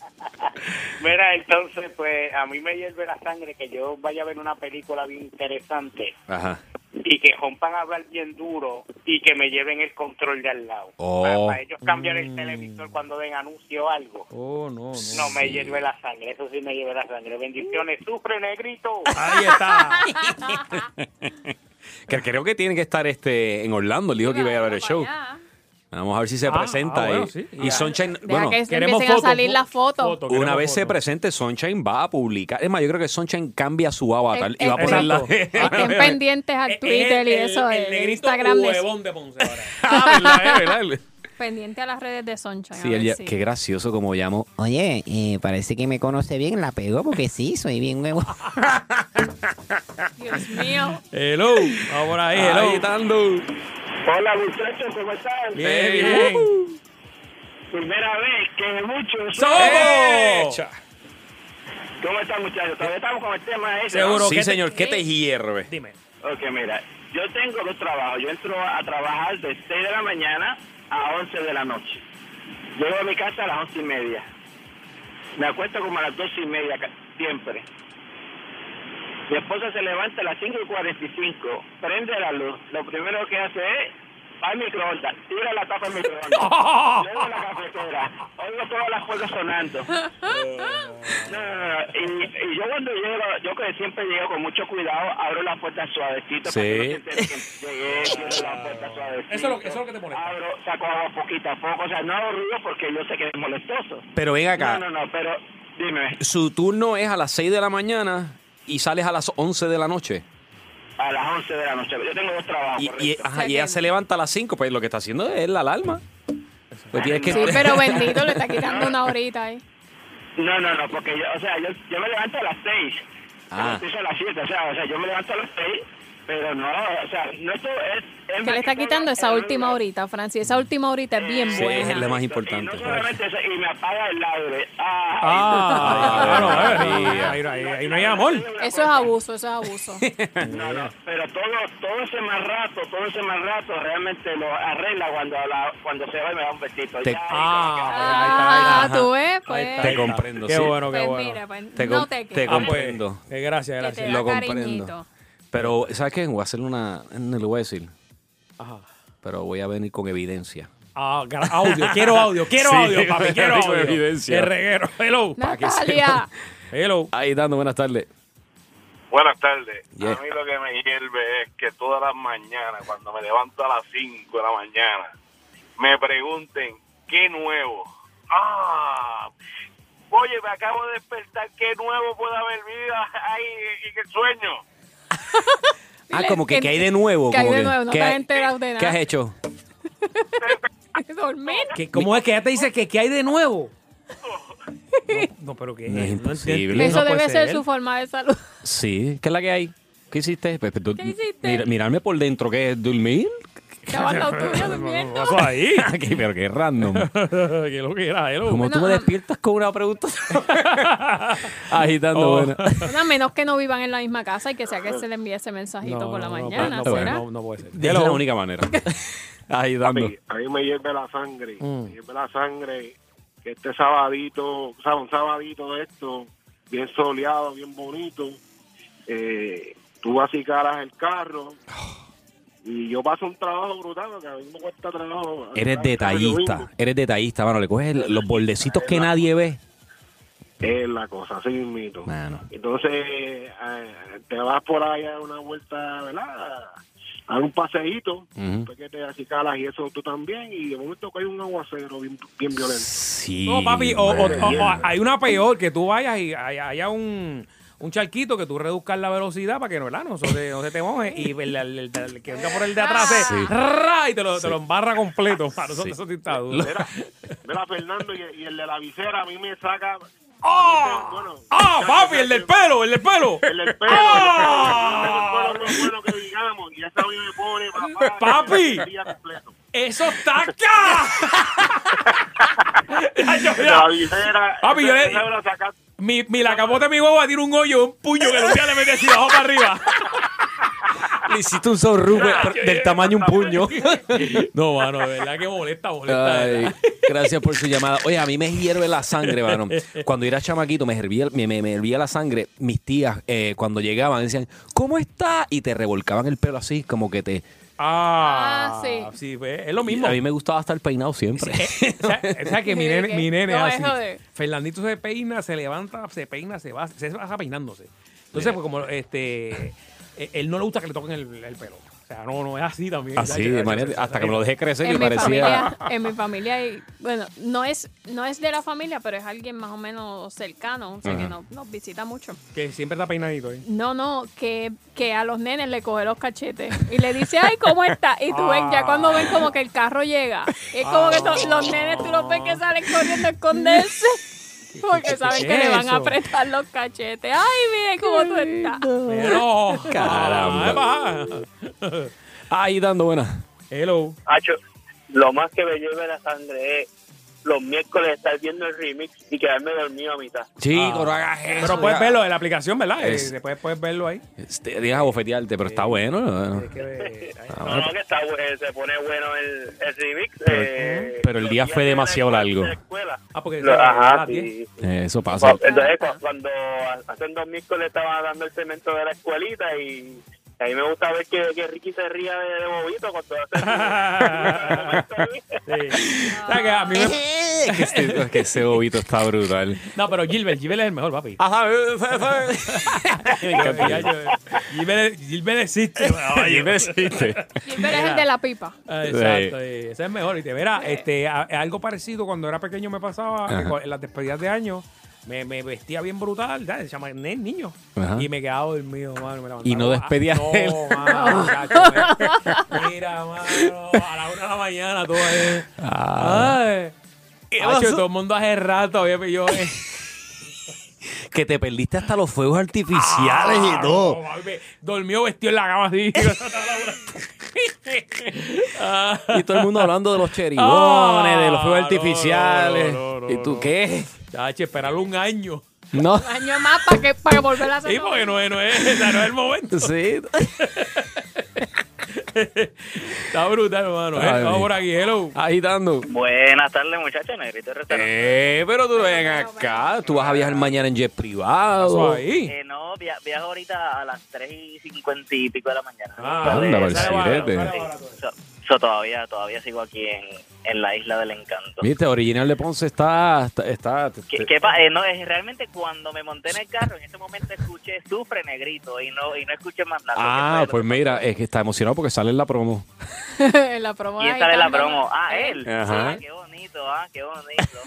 Mira, entonces, pues a mí me hierve la sangre que yo vaya a ver una película bien interesante
Ajá.
y que rompan a hablar bien duro y que me lleven el control de al lado.
Oh. Mm.
Para, para ellos cambiar el televisor cuando den anuncio o algo.
Oh, no.
No me hierve la sangre, eso sí me hierve la sangre. Bendiciones, sufre negrito.
Ahí está.
Que creo que tiene que estar este en Orlando. El dijo que iba a ver el show. Vamos a ver si se
Ah,
presenta.
ah, bueno,
eh.
sí.
Y Sunshine.
Deja
Bueno,
que empiecen a salir las fotos.
Una vez se presente, Sunshine va a publicar. Es más, yo creo que Sunshine cambia su avatar y va
Exacto.
a
Ah,
ponerla.
Estén pendientes al Twitter y eso,
eh, el
el
negrito
Instagram de
huevón de Ponce ahora.
Ah, ¿verdad, eh? ¿verdad?
Pendiente a las redes de Sunshine.
Sí,
a
él
ver
ya-
si-
qué gracioso como llamo.
Oye, eh, parece que me conoce bien, la pegó porque sí, soy bien nuevo.
Dios mío.
Hello, vamos ahí, hello.
Hola muchachos, ¿cómo están?
Bien, bien.
Primera vez que muchos
¡Somos!
¿Cómo están muchachos? Todavía estamos con el tema ese.
Seguro.
¿no?
Sí, señor. ¿Qué te hierve?
Dime.
Ok, mira, yo tengo dos trabajos. Yo entro a trabajar de 6 de la mañana a 11 de la noche. Llego a mi casa a las 11 y media. Me acuesto como a las 12 y media ca- siempre. Mi esposa se levanta a las 5 y 45, prende la luz. Lo primero que hace es va al microondas, tira la tapa al microondas, luego la cafetera, oigo todas las juegos sonando. No, no, no. Y, y yo cuando llego, yo que siempre llego con mucho cuidado, abro la puerta suavecito. para que
Sí.
no se enteren que llegué, cierro la puerta suavecito.
Eso es lo que- eso es lo que te molesta.
Abro, saco agua poquito a poco, o sea, no hago ruido porque yo sé que es molestoso.
Pero ven acá.
No, no, no, pero dime,
Su turno es a las 6 de la mañana y sales a las 11 de la noche.
a las 11 de la noche, yo tengo dos
Ah,
trabajos.
Y, y- ah.
correcto.
ajá, y ella se levanta a las 5, pues lo que está haciendo es la alarma. Pues tienes que-
Sí, pero bendito, le está quitando una horita ahí.
No, no, no, porque yo, o sea, yo, yo me levanto a las 6.
Ah.
Empiezo a las 7, o sea, o sea, yo me levanto a las 6, pero no, o sea, no esto es... es
Que le está quitando esa última horita, Francis. Esa última horita es bien
Sí,
buena.
es la más importante.
solamente eso, y me apaga el aire. Ah,
Ah,
Ay,
claro,
Ave
ahí,
María.
ahí, ahí, ahí no hay amor.
Eso es abuso, eso es abuso.
No, no, pero todo, todo ese más rato, todo ese más rato realmente lo arregla cuando, la- cuando se va y me da un besito.
Te-
Ya,
pues
Ah, tú ves, pues.
Te comprendo.
Qué
sí.
bueno, qué
Pues
bueno.
mira, pues,
Te,
no
com-
te
te
quejes.
comprendo.
Eh, gracias, gracias.
te da
Lo comprendo.
cariñito.
Pero, ¿sabes qué? Voy a hacer una. No lo voy a decir.
Ajá.
Pero voy a venir con evidencia.
Ah, gra- audio, quiero audio, quiero
Sí,
audio, papi, quiero
tengo
audio.
evidencia.
El reguero, hello.
Pa' que Natalia.
Hello.
Ahí dando, buenas tardes.
Buenas tardes.
Yeah.
A mí lo que me hierve es que todas las mañanas, cuando me levanto a las 5 de la mañana, me pregunten, ¿qué nuevo? Ah, oye, me acabo de despertar, ¿qué nuevo puede haber vida? Ay, y qué sueño.
Ah, como que, ¿qué hay de nuevo.
¿Qué hay
Como
de nuevo? No
¿qué
te has
hay-
enterado de
¿Qué has
nada.
hecho?
Dormir.
¿Qué- ¿Cómo es que ella te dice que qué hay de nuevo? No, no, pero que
No es imposible.
Eso
No puede
debe ser,
ser.
su forma de salud.
Sí, ¿qué es la que hay? ¿Qué hiciste? Pues, pues, tú-
¿Qué hiciste?
mira- mirarme por dentro, ¿qué es? ¿Dormir?
Estaba al lado tuyo durmiendo.
pasó ahí?
Aquí, pero qué random.
que lo que era, hello.
Como tú me despiertas con una pregunta. Agitando,
Oh.
bueno.
Bueno, a menos que no vivan en la misma casa y que sea que se le envíe ese mensajito por la mañana,
no,
¿será?
no,
puede ser.
Es la única manera. Agitando.
Papi, a mí me hierve la sangre,
Mm.
me hierve la sangre que este sabadito, o sea, un sabadito de esto, bien soleado, bien bonito, eh, tú vas y caras el carro y yo paso un trabajo brutal, que a mí me cuesta trabajo.
Eres
arrancar el domingo.
detallista, eres detallista, mano. Le coges los bordecitos que nadie ve.
Es la cosa, así mismito.
Mano.
Entonces, eh, te vas por ahí a una vuelta, ¿verdad? A dar un paseíto,
Ujú.
después que te acicalas y eso tú también, y de momento cae un aguacero bien, bien violento.
Sí.
No, papi, o, o-
mano.
o- o hay una peor, que tú vayas y hay- haya un, un charquito que tú reduzcas la velocidad para que no, ¿verdad? no, se, no se te moje y el, el- el- el que venga por el de atrás se-
Sí.
ra, y te lo,
Sí.
te lo embarra completo. mano. Eso,
Sí.
eso sí está duro.
Mira, mira, Fernando, y, y el de la visera a mí me saca...
¡Ah!
Bueno,
¡Ah, papi, el del pelo, el del pelo!
el del pelo,
¡Ah!
el pelo no es bueno que digamos, y esa a mí me pone, papá,
Papi.
el día completo.
¡Eso está acá! Ay, yo, mira,
La visera,
Papi, yo le-
esa me la saca-
mi, mi la capota de mi guagua tiene un hoyo, un puño que los días le mete así de abajo para arriba.
Le hiciste un sorrupe del tamaño de un puño.
No, mano, de verdad que molesta, molesta. de
Ay,
verdad.
gracias por su llamada. Oye, a mí me hierve la sangre, mano. Cuando era chamaquito, me hervía, me, me- me hervía la sangre. Mis tías, eh, cuando llegaban, decían, ¿cómo está? Y te revolcaban el pelo así, como que te...
Ah,
Ah, sí.
Sí, pues, es lo mismo. eh.
A mí me gustaba estar peinado siempre.
O sea, o sea que mi
Sí,
nene,
que-
mi nene
no,
es así.
eso de-
Fernandito se peina, se levanta, se peina, se va, se va peinándose. Entonces, pues como este, eh, él no le gusta que le toquen el, el pelo. sea, no, no es así también.
Así,
Ya, ya, ya,
imagínate,
ya, ya,
hasta
ya.
que me lo dejé crecer y
en, mi
parecía...
familia, en mi familia hay- bueno, no es, no es de la familia, pero es alguien más o menos cercano, o sea, que
Ajá.
no- nos visita mucho.
Que siempre está peinadito ¿eh? ahí.
No, no, que, que a los nenes le coge los cachetes y le dice, ay, ¿cómo está? Y tú ven, ya cuando ven como que el carro llega, es como que to- los nenes tú los ves que salen corriendo a esconderse. Porque saben
qué
que le van a
eso?
apretar los cachetes. Ay, mire cómo tú estás.
Pero,
Caramba. Ahí dando buena.
Hello.
Hacho, lo más que me lleve la sangre es los miércoles estar viendo el remix y quedarme dormido a mitad.
Chico, no hagas eso.
Pero puedes
ya.
verlo en la aplicación, ¿verdad? Eh,
Es-
después puedes verlo ahí.
Este, Deja bofetearte, pero está bueno. ¿no? Está
No,
bueno.
no, que está, bu- eh, se pone bueno el, el remix. eh,
Ah, Pero el día fue demasiado largo.
Ah, porque
Lo-
ah,
ajá,
diez.
sí.
Eh, Eso pasa.
Cu- Entonces, cu- cuando hace dos miércoles estaba dando el cemento de la escuelita y a mí me gusta ver que, que Ricky se ría de, de bobito cuando hace
O sea, que a mí me-
que, este- que ese bobito está brutal.
No, pero Gilbert, Gilbert es el mejor, papi.
Ajá.
Ya, yo- Gilbert, Gilbert existe.
Gilbert existe.
Pero es el de la pipa.
Ah,
Sí.
Exacto, sí, ese es mejor. Y te verá, este, a- algo parecido cuando era pequeño me pasaba, que
Ajá.
cu- en las despedidas de año, me, me vestía bien brutal, ya, se llama ne- niño.
Ajá.
Y me quedaba dormido, mano. Me levantaba
Y no
a-
despedías
no,
de él.
mano, chacho, me- mira, mano, a la una de la mañana todo ahí.
Ah.
Ay. Hacho,
pasó?
todo el mundo hace rato, había- yo, eh,
Que te perdiste hasta los fuegos artificiales
Ah.
y todo.
no, me- dormido vestido en la cama así. Ah.
Y todo el mundo hablando de los cheribones,
Ah,
de los fuegos
no,
artificiales.
no, no, no,
¿Y tú
no.
qué?
Chacho, esperar un año.
No.
Un año más para que, para volver a hacer
Sí, porque no es, no es, o sea, no es el momento.
Sí.
Está brutal, hermano.
Ay,
Estamos
mi-
por aquí, hello.
Ahí dando.
Buenas tardes, muchachos. Negrito Restaurante.
Eh, pero tú ven acá. Tú vas a viajar mañana en jet privado.
Eh, no, via- viajo ahorita a las 3 y 50 y pico de la mañana.
Anda,
Ah,
Sale-
pa'l
sale barato,
sirete.
sale barato. So- so todavía, todavía sigo aquí en, en la isla del encanto.
Viste, original de Ponce está... está, está-
Que- que pa- eh, no, es realmente cuando me monté en el carro, en ese momento escuché Sufre Negrito y no, y no escuché más nada.
Ah, pues mira, es que está emocionado porque sale en la promo.
En la promo.
Y
ahí
esta de la
cantando.
promo. Ah, él.
Ajá.
Ah, qué bonito, ah, qué bonito.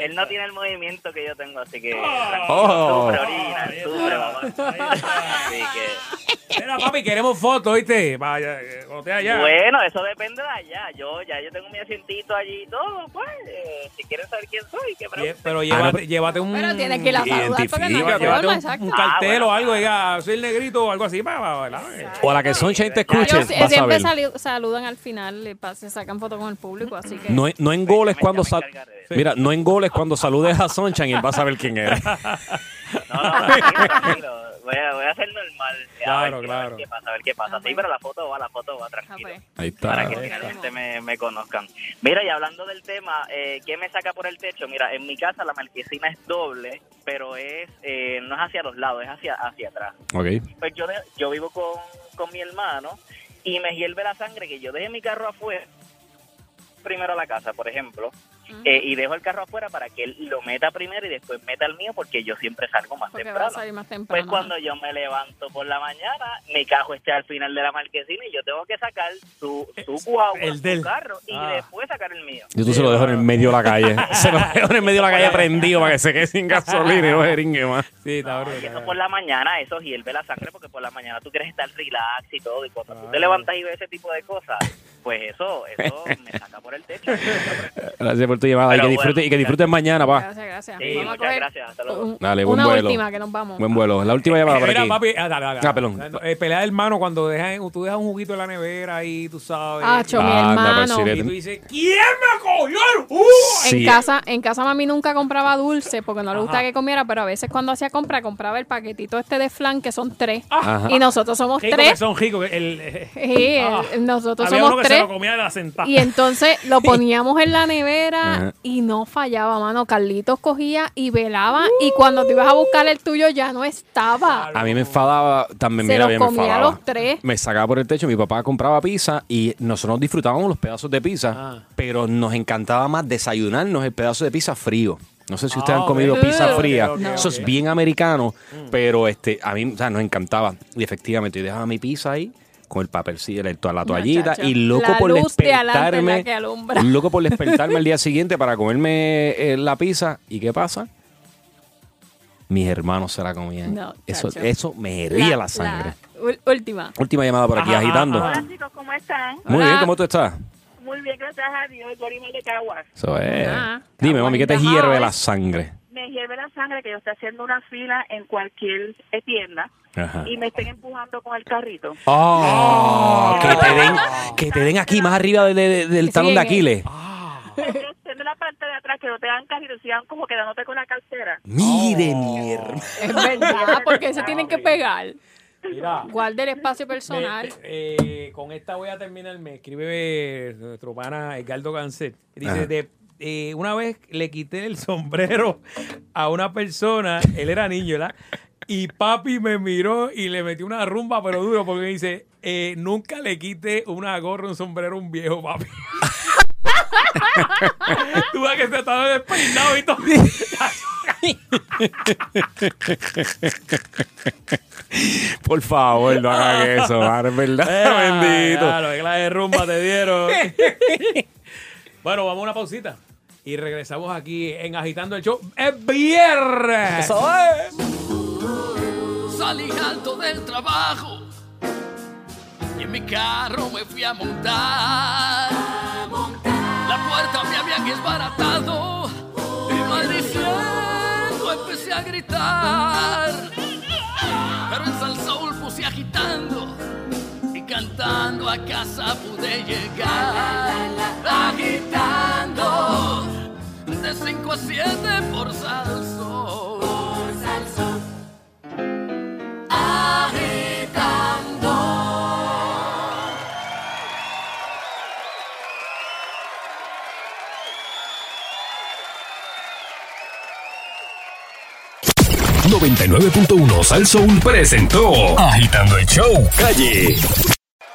él no tiene el movimiento que yo tengo, así que.
Oh.
Sufre, orina, sufre, mamá. Así que.
Mira, papi, queremos fotos, ¿viste? Vaya, eh, gotea ya.
Bueno, eso depende de allá. Yo ya yo tengo mi asientito allí y todo, pues. eh, si quieren saber quién soy, que
Lle-
pregunten.
Pero
Ah,
llévate, llévate un.
Pero tienes que ir
Mm.
a saludar porque no hay
Llévate
forma,
un-
exacto.
un,
Ah,
cartel o algo, diga, soy el negrito o algo así, para, para, ¿verdad?
O a la que Sunshine te escuche,
Ellos
vas a
siempre
ver.
sali- saludan al final, le pas- se sacan fotos con el público, así que...
No, en- no en goles cuando sal... Mira, no en goles cuando saludes a Sunshine y él va a saber quién eres.
No, no, tranquilo, tranquilo. Voy a, voy a hacer normal.
Claro,
a ver, qué- A
claro.
ver qué pasa, a ver qué
Ah,
pasa.
pues.
Sí, pero la foto va, la foto va,
ah,
tranquilo.
pues,
Ahí está.
Para que finalmente me, me conozcan. Mira, y hablando del tema, eh, ¿qué me saca por el techo? Mira, en mi casa la marquesina es doble, pero es eh, no es hacia los lados, es hacia, hacia atrás.
Ok.
Pues yo, de- yo vivo con, con mi hermano y me hierve la sangre que yo deje mi carro afuera, primero a la casa, por ejemplo, eh, y dejo el carro afuera para que él lo meta primero y después meta el mío porque yo siempre salgo más
Porque va a
temprano.
salir más temprano.
Pues cuando yo me levanto por la mañana, mi cajo está al final de la marquesina y yo tengo que sacar su, su guagua,
Eh, el
su
del-
carro y
Ah.
después sacar el mío.
Yo tú se lo dejo en el medio de la calle. Se lo dejo en el medio de la calle prendido para que se quede sin gasolina y no jeringue más.
Sí, está brutal.
Y
Ah.
eso por la mañana, eso hierve la sangre porque por la mañana tú quieres estar relax y todo. Y cuando tú te levantas y ves ese tipo de cosas, pues eso, eso me saca por el techo.
Gracias por tu llamada. Y que
Pero
disfrutes
bueno,
y que disfrutes mañana, pa.
Gracias, gracias.
Sí,
Vamos a
muchas
coger
gracias, hasta luego.
un-
Dale, buen
una
vuelo.
última que nos vamos.
Buen vuelo. La última llamada por
Mira,
aquí.
papi, ah, dale, dale, dale.
Ah, perdón.
Eh, pelea del mano cuando dejan, tú dejas un juguito en la nevera ahí, tú sabes.
Acho, mi Anda, hermano. pues,
Y
sirete.
tú dices, ¿quién me cogió el jugo?
En, casa, en casa mami nunca compraba dulce porque no le gusta
Ajá.
que comiera, pero a veces cuando hacía compra compraba el paquetito este de flan que son tres.
Ajá.
Y nosotros somos
Rico que
tres.
son ricos. que El, eh,
Sí,
ah.
el- nosotros
Había
somos
uno que
tres.
se lo comía de la sentada.
Y entonces lo poníamos en la nevera
Ajá.
y no fallaba, mano. Carlitos cogía y velaba y cuando te ibas a buscar el tuyo ya no estaba.
A mí me enfadaba, también
Se
mira,
los
bien me
comía
enfadaba.
los tres.
Me sacaba por el techo, mi papá compraba pizza y nosotros disfrutábamos los pedazos de pizza, pero nos encantaba más desayunarnos el pedazo de pizza frío. No sé si ustedes
Ah,
han comido
ok.
pizza
Ok,
fría.
ok,
Eso
ok.
Mm.
es bien americano, pero este a mí o sea, nos encantaba. Y efectivamente, yo dejaba mi pizza ahí con el papel, sí, el- toda la
No,
toallita
chacho.
y loco
La
por
luz de adelante es la
despertarme.
que alumbra.
Loco por despertarme el día siguiente para comerme eh, la pizza. ¿Y qué pasa? Mis hermanos se la comían.
No,
eso,
chacho.
eso me hería la,
La-
sangre.
Ul- última.
Última llamada por aquí,
Ajá,
agitando.
ajá,
Hola, chicos, ¿cómo están?
Muy bien, ¿cómo tú estás?
Muy bien, gracias a Dios. Gorima de Caguas.
Eso es.
Ajá.
Dime, mami, ¿qué te
Ajá.
hierve la sangre?
Me hierve la sangre que yo estoy haciendo una fila en cualquier eh, tienda
Ajá.
y me estén empujando con el carrito.
Oh, que te den, que te den aquí más arriba del, del- del talón de
en el-
Aquiles.
Estén de la parte de atrás, que no te dan carrito, sigan como quedándote con la cartera.
Mire, mierda.
Es verdad, porque se tienen que pegar.
Mira.
Guarda el espacio personal.
Me- eh, con esta voy a terminar. Me escribe nuestro pana Edgardo Gancet.
Ajá.
Dice, de, eh, una vez le quité el sombrero a una persona, él era niño, ¿verdad? Y papi me miró y le metió una rumba, pero duro, porque dice, eh, nunca le quite una gorra, un sombrero a un viejo, papi. Tú ves que se estaba despeinado y todo.
Por favor, no hagan eso, mano, es verdad.
Ah,
Bendito.
ya, los clases de rumba te dieron. bueno, vamos a una pausita. Y regresamos aquí en Agitando el Show. ¡Es viernes!
Eso Salí alto del trabajo y en mi carro me fui a montar. La puerta me habían desbaratado y maldiciendo empecé a gritar. Pero en Salsoul puse agitando y cantando a casa pude llegar. Agitando de 5 a 7 por Salsoul. Por Salsoul. agitando.
Soul 99.1 Sal Soul presentó Agitando el Show Calle.